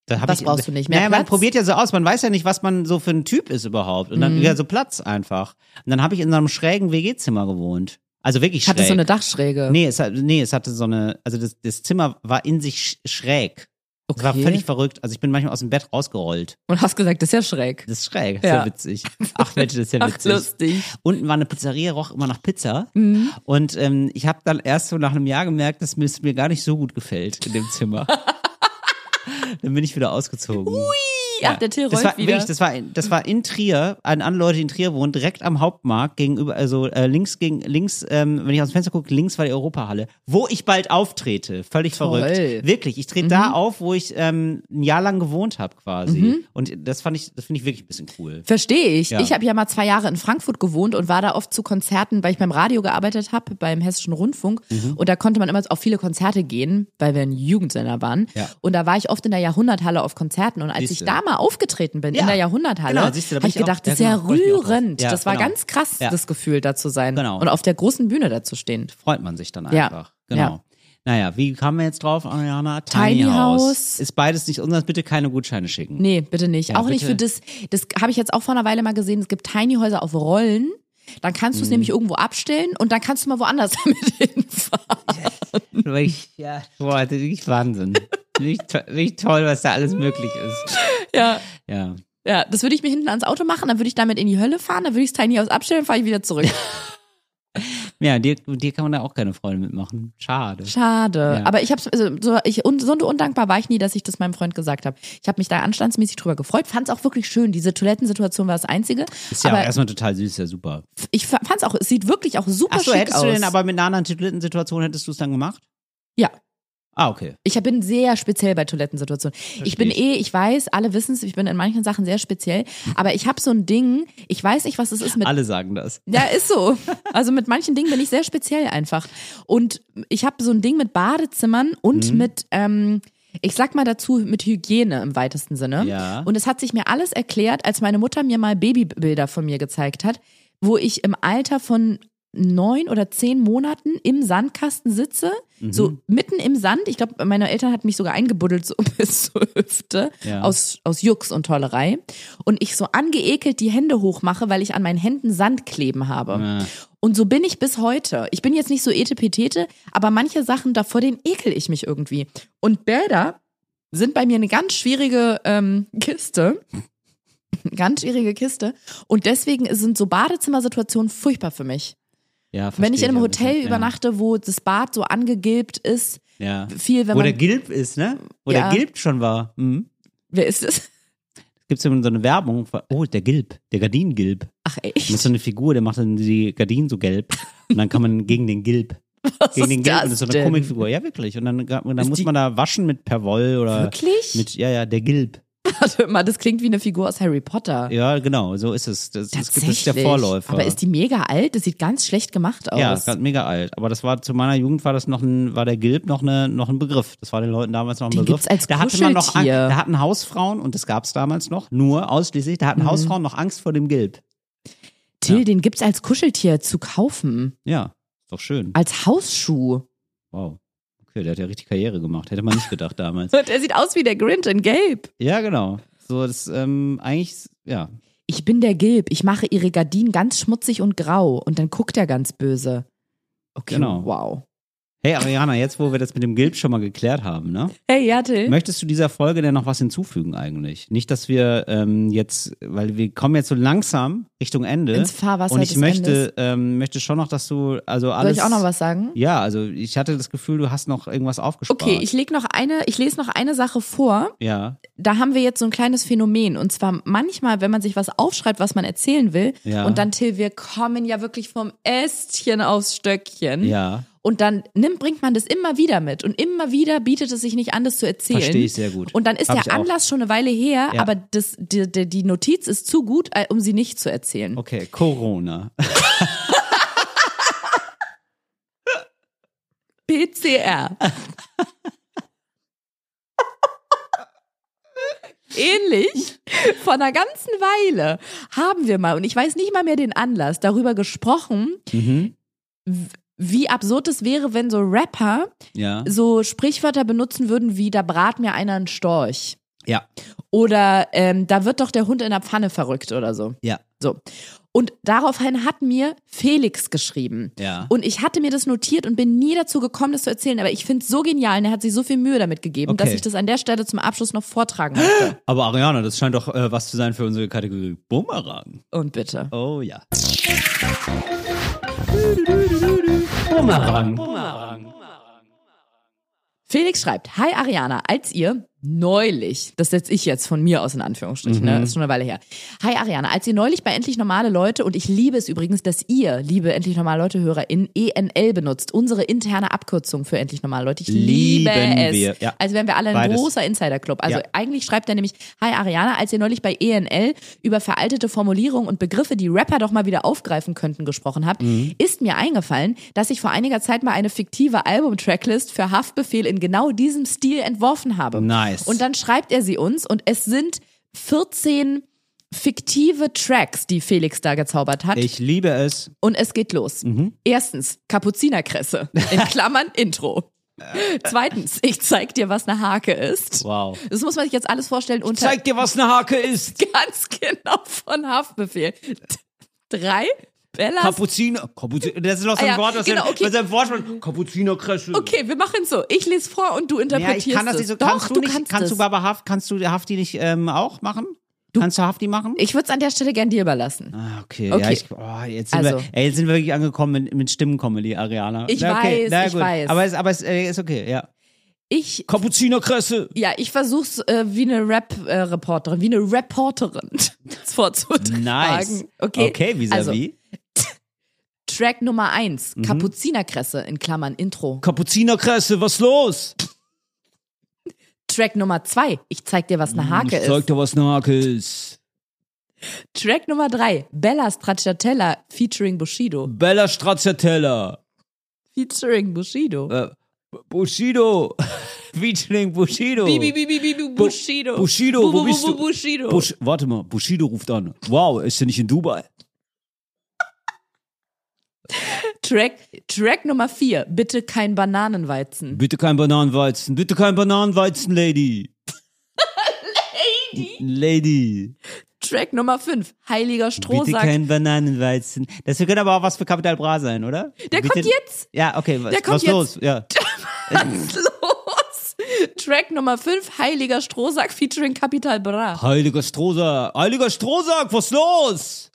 Da hab
Was
ich,
brauchst du nicht? Mehr
naja, man
Platz?
probiert ja so aus, man weiß ja nicht, was man so für ein Typ ist überhaupt. Und dann
Mhm.
wieder so Platz einfach. Und dann habe ich in so einem schrägen WG-Zimmer gewohnt. Also wirklich schräg.
Hattest so eine Dachschräge.
nee, es, hat- nee, es hatte so eine, also das, das Zimmer war in sich sch- schräg. Es war
Okay.
völlig verrückt. Also ich bin manchmal aus dem Bett rausgerollt.
Und hast gesagt, das ist ja schräg.
Das ist schräg,
Ja.
sehr witzig. Ach Mensch, das ist ja
Ach,
witzig.
lustig.
Unten war eine Pizzeria, roch immer nach Pizza.
Mhm.
Und ähm, ich habe dann erst so nach einem Jahr gemerkt, dass mir es mir gar nicht so gut gefällt in dem Zimmer. dann bin ich wieder ausgezogen. Ui,
Ja, der Till
das
rollt
war,
wieder.
Wirklich, das, war, in- das war in Trier, an, an Leute, die in Trier wohnen, direkt am Hauptmarkt gegenüber, also äh, links, gegen, links ähm, wenn ich aus dem Fenster gucke, links war die Europahalle, wo ich bald auftrete. Völlig
Toll. Mhm.
verrückt. Wirklich, ich trete da auf, wo ich ähm, ein Jahr lang gewohnt habe quasi. Und das fand ich, das finde ich wirklich ein bisschen cool.
Verstehe ich.
Ja.
Ich habe ja mal zwei Jahre in Frankfurt gewohnt und war da oft zu Konzerten, weil ich beim Radio gearbeitet habe, beim Hessischen Rundfunk.
Mhm.
Und da konnte man immer auf viele Konzerte gehen, weil wir ein Jugendsender waren.
Ja.
Und da war ich oft in der Jahrhunderthalle auf Konzerten. Und als
Siehste.
ich da mal aufgetreten bin, in
Ja.
der Jahrhunderthalle,
Genau, siehste, da bin
habe ich
ich auch-
gedacht, das ist
ja,
ja
genau, freue ich mich auch drauf.
rührend.
Ja,
das war
genau.
ganz krass,
Ja.
das Gefühl, da zu sein.
Genau.
Und auf der großen Bühne da zu stehen.
freut man sich dann
Ja.
einfach. Genau.
Ja.
Naja, wie kamen wir jetzt drauf, Ariana?
Tiny House.
Ist beides nicht unseres, bitte keine Gutscheine schicken.
Nee, bitte nicht.
Ja,
auch nicht für
bitte.
das. Das habe ich jetzt auch vor einer Weile mal gesehen. Es gibt Tiny Häuser auf Rollen. Dann kannst du
Mhm.
es nämlich irgendwo abstellen und dann kannst du mal woanders damit hinfahren.
Weil Ich, ja, boah, das ist wirklich Wahnsinn. Wirklich, to wirklich toll, was da alles möglich ist.
Ja.
Ja.
Ja, das würde ich mir hinten ans Auto machen, dann würde ich damit in die Hölle fahren, dann würde ich das Tiny House abstellen, fahre ich wieder zurück.
Ja, dir, dir kann man da auch keine Freude mitmachen. Schade.
Schade.
Ja.
Aber ich habe also, so, ich, un, so undankbar war ich nie, dass ich das meinem Freund gesagt habe. Ich habe mich da anstandsmäßig drüber gefreut, fand es auch wirklich schön. Diese Toilettensituation war das Einzige.
Ist ja auch
aber
erstmal total süß, ja super.
ich fand es auch, es sieht wirklich auch super
Ach so,
schick
hättest
aus.
du denn aber mit einer anderen Toilettensituation, hättest du es dann gemacht?
ja,
Ah, okay.
Ich bin sehr speziell bei Toilettensituationen. Ich bin
Verstehe
eh, ich weiß, alle wissen es, ich bin in manchen Sachen sehr speziell, aber ich habe so ein Ding, ich weiß nicht, was es ist mit
Alle sagen das.
ja, ist so. Also mit manchen Dingen bin ich sehr speziell einfach. Und ich habe so ein Ding mit Badezimmern und mit, ähm, ich sag mal dazu, mit Hygiene im weitesten Sinne.
Ja.
Und es hat sich mir alles erklärt, als meine Mutter mir mal Babybilder von mir gezeigt hat, wo ich im Alter von neun oder zehn Monaten im Sandkasten sitze,
Mhm.
so mitten im Sand. Ich glaube, meine Eltern hatten mich sogar eingebuddelt so bis zur Hüfte
Ja.
aus aus, aus Jux und Tollerei und ich so angeekelt die Hände hochmache, weil ich an meinen Händen Sand kleben habe. Und so bin ich bis heute. Ich bin jetzt nicht so etepetete, aber manche Sachen davor, den ekel ich mich irgendwie. Und Bäder sind bei mir eine ganz schwierige ähm, Kiste. Ganz schwierige Kiste. Und deswegen sind so Badezimmersituationen furchtbar für mich.
Ja,
Wenn ich in einem
verstehe
Hotel
ja.
übernachte, wo das Bad so angegilbt ist,
ja.
viel, wenn
Wo der
man.
Gilb ist, ne? Wo
Ja.
der Gilb schon war. Mhm.
Wer ist es?
Gibt es immer so eine Werbung? von- Oh, der Gilb, der Gardinengilb.
Ach,
Das ist
echt?
so eine Figur, der macht dann die Gardinen so gelb. Und dann kann man gegen den Gilb. gegen den
ist
Gilb.
das
und das ist so eine
denn?
Comicfigur. Ja, wirklich. Und dann, und dann
Ist
muss
die-
man da waschen mit Perwoll oder.
Wirklich?
Mit, ja, ja, der Gilb.
Warte mal, das klingt wie eine Figur aus Harry Potter.
Ja, genau, so ist es. Das, das gibt es
Tatsächlich.
der Vorläufer.
Aber ist die mega alt? Das sieht ganz schlecht gemacht aus.
ja, ist ganz mega alt. Aber das war zu meiner Jugend war das noch ein, war der Gilb noch eine, noch ein Begriff. Das war den Leuten damals noch ein
Den
Begriff.
gibt's als
da hatte man noch, Ang-
Kuscheltier.
da hatten Hausfrauen und das gab's damals noch, nur ausschließlich. Da hatten
Mhm.
Hausfrauen noch Angst vor dem Gilb.
Till,
ja.
den gibt's als Kuscheltier zu kaufen.
Ja, ist doch schön.
Als Hausschuh.
Wow. Okay, der hat ja richtig Karriere gemacht. Hätte man nicht gedacht damals.
Und er sieht aus wie der Grinch in Gelb.
Ja, genau. So, das, ähm, eigentlich, ja.
Ich bin der Gilb. Ich mache ihre Gardinen ganz schmutzig und grau. Und dann guckt er ganz böse. Okay,
Genau.
wow.
Hey Ariana, jetzt wo wir das mit dem Guild schon mal geklärt haben, ne?
Hey, ja, Till.
Möchtest du dieser Folge denn noch was hinzufügen eigentlich? Nicht, dass wir ähm, jetzt, weil wir kommen jetzt so langsam Richtung Ende.
Ins Fahrwasser
Und ich
des Endes.
möchte, ähm, möchte schon noch, dass du, also
Soll
alles.
ich auch noch was sagen?
Ja, also ich hatte das Gefühl, du hast noch irgendwas aufgespart.
Okay, ich leg noch eine, ich lese noch eine Sache vor.
Ja,
Da haben wir jetzt so ein kleines Phänomen. Und zwar manchmal, wenn man sich was aufschreibt, was man erzählen will,
Ja.
und dann, Till, wir kommen ja wirklich vom Ästchen aufs Stöckchen.
ja.
Und dann nimmt, bringt man das immer wieder mit. Und immer wieder bietet es sich nicht an, das zu erzählen.
Verstehe ich sehr gut.
Und dann ist
Hab ich
der
auch.
Anlass schon eine Weile her,
Ja.
aber das, die, die, die Notiz ist zu gut, äh, um sie nicht zu erzählen.
Okay, Corona.
PCR. Ähnlich, vor einer ganzen Weile haben wir mal, und ich weiß nicht mal mehr den Anlass, darüber gesprochen,
Mhm.
wie absurd es wäre, wenn so Rapper
Ja.
so Sprichwörter benutzen würden wie, da brat mir einer einen Storch.
Ja.
Oder ähm, da wird doch der Hund in der Pfanne verrückt oder so.
Ja.
So. Und daraufhin hat mir Felix geschrieben.
Ja.
Und ich hatte mir das notiert und bin nie dazu gekommen, das zu erzählen. Aber ich finde es so genial und er hat sich so viel Mühe damit gegeben,
Okay.
dass ich das an der Stelle zum Abschluss noch vortragen möchte.
Aber Ariana, das scheint doch äh, was zu sein für unsere Kategorie Bumerang.
Und bitte.
Oh ja.
Felix schreibt, Hi Ariana, als ihr neulich, das setze ich jetzt von mir aus in Anführungsstrichen,
Mhm.
ne? ist schon eine Weile her. Hi Ariana, als ihr neulich bei Endlich Normale Leute, und ich liebe es übrigens, dass ihr, liebe Endlich Normale Leute HörerInnen, ENL benutzt, unsere interne Abkürzung für Endlich Normale Leute. Ich liebe
Lieben
es.
wir, ja.
Also wären wir alle ein
Beides.
großer Insider-Club. Also
Ja.
eigentlich schreibt er nämlich, Hi Ariana, als ihr neulich bei ENL über veraltete Formulierungen und Begriffe, die Rapper doch mal wieder aufgreifen könnten, gesprochen habt,
Mhm.
ist mir eingefallen, dass ich vor einiger Zeit mal eine fiktive Album-Tracklist für Haftbefehl in genau diesem Stil entworfen habe.
Nice.
Und dann schreibt er sie uns und es sind 14 fiktive Tracks, die Felix da gezaubert hat.
Ich liebe es.
Und es geht los.
Mhm.
Erstens, Kapuzinerkresse. In Klammern Intro. Zweitens, ich zeig dir, was eine Hake ist.
Wow.
Das muss man sich jetzt alles vorstellen unter
Zeig dir, was eine Hake ist.
ganz genau von Haftbefehl. Drei, Bellas.
Kapuziner. Kapuziner. Das ist doch so ein
Ah ja,
Wort, was
genau,
im-
okay.
was im Wortspiel. Kapuzinerkresse.
okay, wir machen so. Ich lese vor und du
Ja,
interpretierst
ich kann das
es.
nicht so.
Doch,
kannst du, nicht,
kannst,
kannst
es.
du Baba Haft, kannst du Hafti nicht ähm, auch machen? kannst du Hafti machen?
ich würde es an der Stelle gern dir überlassen.
Ah, okay. Ja,
Okay.
ich, oh, jetzt, sind
Also.
wir, ey, jetzt sind wir wirklich angekommen mit, mit Stimmencomedy, Ariana.
Ich
Na, okay,
weiß,
na,
ich
gut.
weiß.
Aber es aber es, äh, ist okay, ja.
Ich,
Kapuzinerkresse.
ja, ich versuch's äh, wie eine Rap-Reporterin, wie eine Reporterin das vorzutragen.
Nice.
Okay,
okay vis-à-vis.
also, Track Nummer eins,
Mhm.
Kapuzinerkresse in Klammern Intro.
Kapuzinerkresse, was los?
Track Nummer zwei, ich zeig dir, was eine Hake ist.
Mhm, dir, was eine Hake ist.
Track Nummer drei, Bella Stracciatella featuring Bushido.
Bella Stracciatella.
Featuring Bushido.
Äh, Bushido. Featuring Bushido.
Bibi, Bibi, Bibi, Bushido.
Bushido,
Bu-
wo
bu-
bist
bu-
du?
Bushido.
Bush, warte mal, Bushido ruft an. Wow, ist er nicht in Dubai?
Track, Track Nummer 4. Bitte kein Bananenweizen.
Bitte kein Bananenweizen, bitte kein Bananenweizen, Lady. Lady? Lady.
Track Nummer 5. Heiliger
Bitte
Strohsack.
kein Bananenweizen. Das könnte aber auch was für Capital Bra sein, oder?
Der
bitte,
kommt jetzt.
Ja, okay, was,
Der kommt
was
jetzt.
los? Ja.
Was ist los? Track Nummer 5. Heiliger Strohsack featuring Capital Bra.
Heiliger Strohsack, heiliger Strohsack, was los?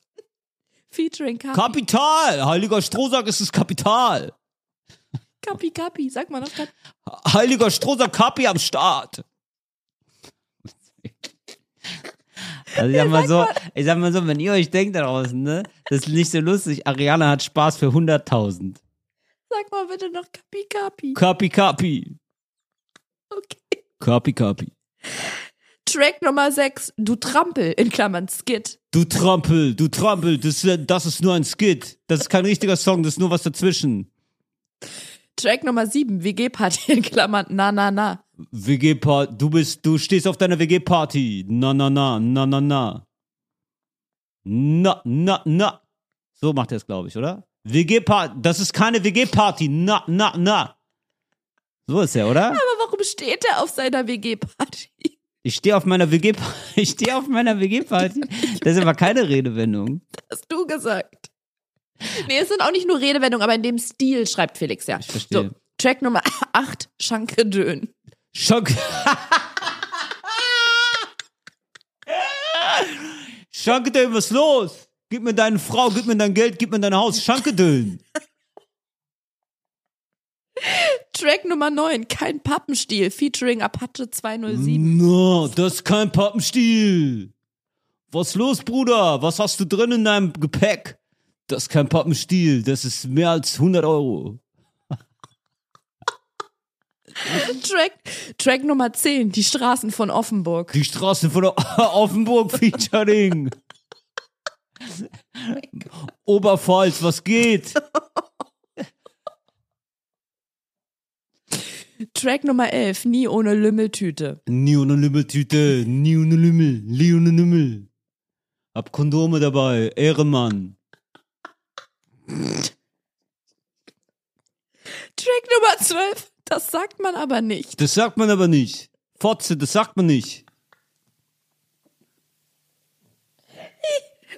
Featuring Kapi. Kapi,
Kapital! Heiliger Strohsack ist das Kapital!
Kapi. Sag mal noch Kapi.
Heiliger Strohsack Kapi am Start! Also ich sag mal so, ich sag mal so, wenn ihr euch denkt da draußen, ne, das ist nicht so lustig. Ariana hat Spaß für 100.000.
Sag mal bitte noch Kapi Kapi.
Kapi Kapi.
Okay.
Kapi Kapi.
Track Nummer 6. Du Trampel. In Klammern Skit.
Du Trampel, du Trampel, das, ist- das ist nur ein Skit. Das ist kein richtiger Song, das ist nur was dazwischen.
Track Nummer 7. WG-Party. In Klammern Na Na Na.
WG-Party, du bist, du stehst auf deiner WG-Party. Na, na, na, na, na, na. Na, na, na. So macht er es, glaube ich, oder? WG-Party, das ist keine WG-Party. Na, na, na. So ist er, oder?
Aber warum steht er auf seiner WG-Party?
Ich stehe auf meiner WG-Party. Ich stehe auf meiner WG-Party. Das ist aber keine Redewendung.
Hast du gesagt. Nee, es sind auch nicht nur Redewendungen, aber in dem Stil schreibt Felix ja. Ich
verstehe.
So. Track Nummer 8, Schanke Dön.
Schock. Schankedön, was ist los? Gib mir deine Frau, gib mir dein Geld, gib mir dein Haus. Schankedön.
Track Nummer 9, Kein Pappenstiel, featuring Apache 207.
No, das ist kein Pappenstiel. Was ist los, Bruder? Was hast du drin in deinem Gepäck? Das ist kein Pappenstiel. Das ist mehr als 100 Euro.
Track, Track Nummer 10, Die Straßen von Offenburg.
Die Straße von O- Offenburg featuring. Oberpfalz, was geht?
Track Nummer 11, Nie ohne Lümmeltüte.
Nie ohne Lümmeltüte, nie ohne Lümmel, nie ohne Lümmel. Hab Kondome dabei, Ehrenmann.
Track Nummer 12, Das sagt man aber nicht.
Das sagt man aber nicht. Fotze, das sagt man nicht.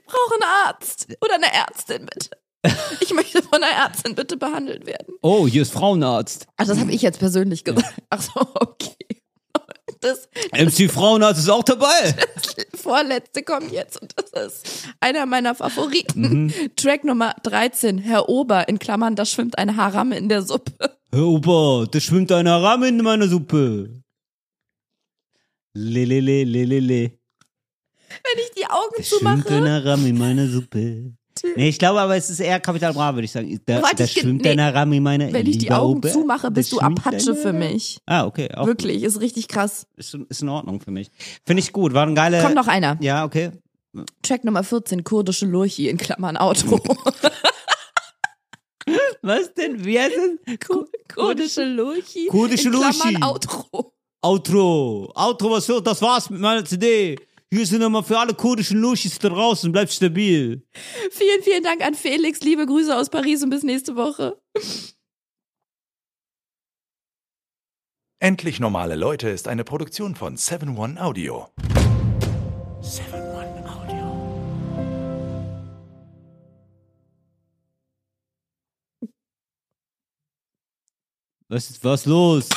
Brauche einen Arzt oder eine Ärztin bitte. Ich möchte von einer Ärztin bitte behandelt werden.
Oh, hier ist Frauenarzt.
Ach, das habe ich jetzt persönlich gesagt. Ach so, okay. Das
MC Frauenarzt ist auch dabei.
vorletzte kommt jetzt und das ist einer meiner Favoriten. Track Nummer 13, Herr Ober, in Klammern, da schwimmt eine Haramme in der Suppe.
Herr Opa, da schwimmt ein Rahmen in meiner Suppe. Lelele, lelele.
Wenn ich die Augen
Schwimmt
zumache.
ein Rahmen in meiner Suppe. Nee, ich glaube aber, es ist eher Kapital Bra, würde ich sagen. Da,
Warte,
da
ich ge-
schwimmt
nee.
ein Rahmen in meiner
Wenn ich die
lieber
Augen
Opa,
zumache,
da
bist du
schwimmt
Apache
ein-
für mich.
Ah, okay. Auch gut.
Wirklich, ist richtig krass.
Ist, ist in Ordnung für mich. Finde ich gut. War ein geiler.
Kommt noch einer.
Ja, okay.
Track Nummer 14, kurdische Lurchi in Klammern Auto.
Was denn? Wie heißt es?
Kur kurdische Lurchi.
Kurdische
in Klammern
Lurchi.
Outro.
Outro. Outro, was wird? Das war's mit meiner CD. Hier sind nochmal für alle kurdischen Luschis da draußen. Bleibt stabil.
Vielen, vielen Dank an Felix. Liebe Grüße aus Paris und bis nächste Woche.
Endlich normale Leute ist eine Produktion von 7-One Audio. 7-One Audio.
Was ist was los?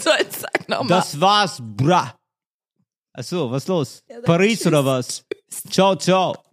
So, jetzt sag nochmal.
Das war's, bra. Achso, was los?
Ja, sag
Paris
tschüss.
oder was? Ciao, ciao.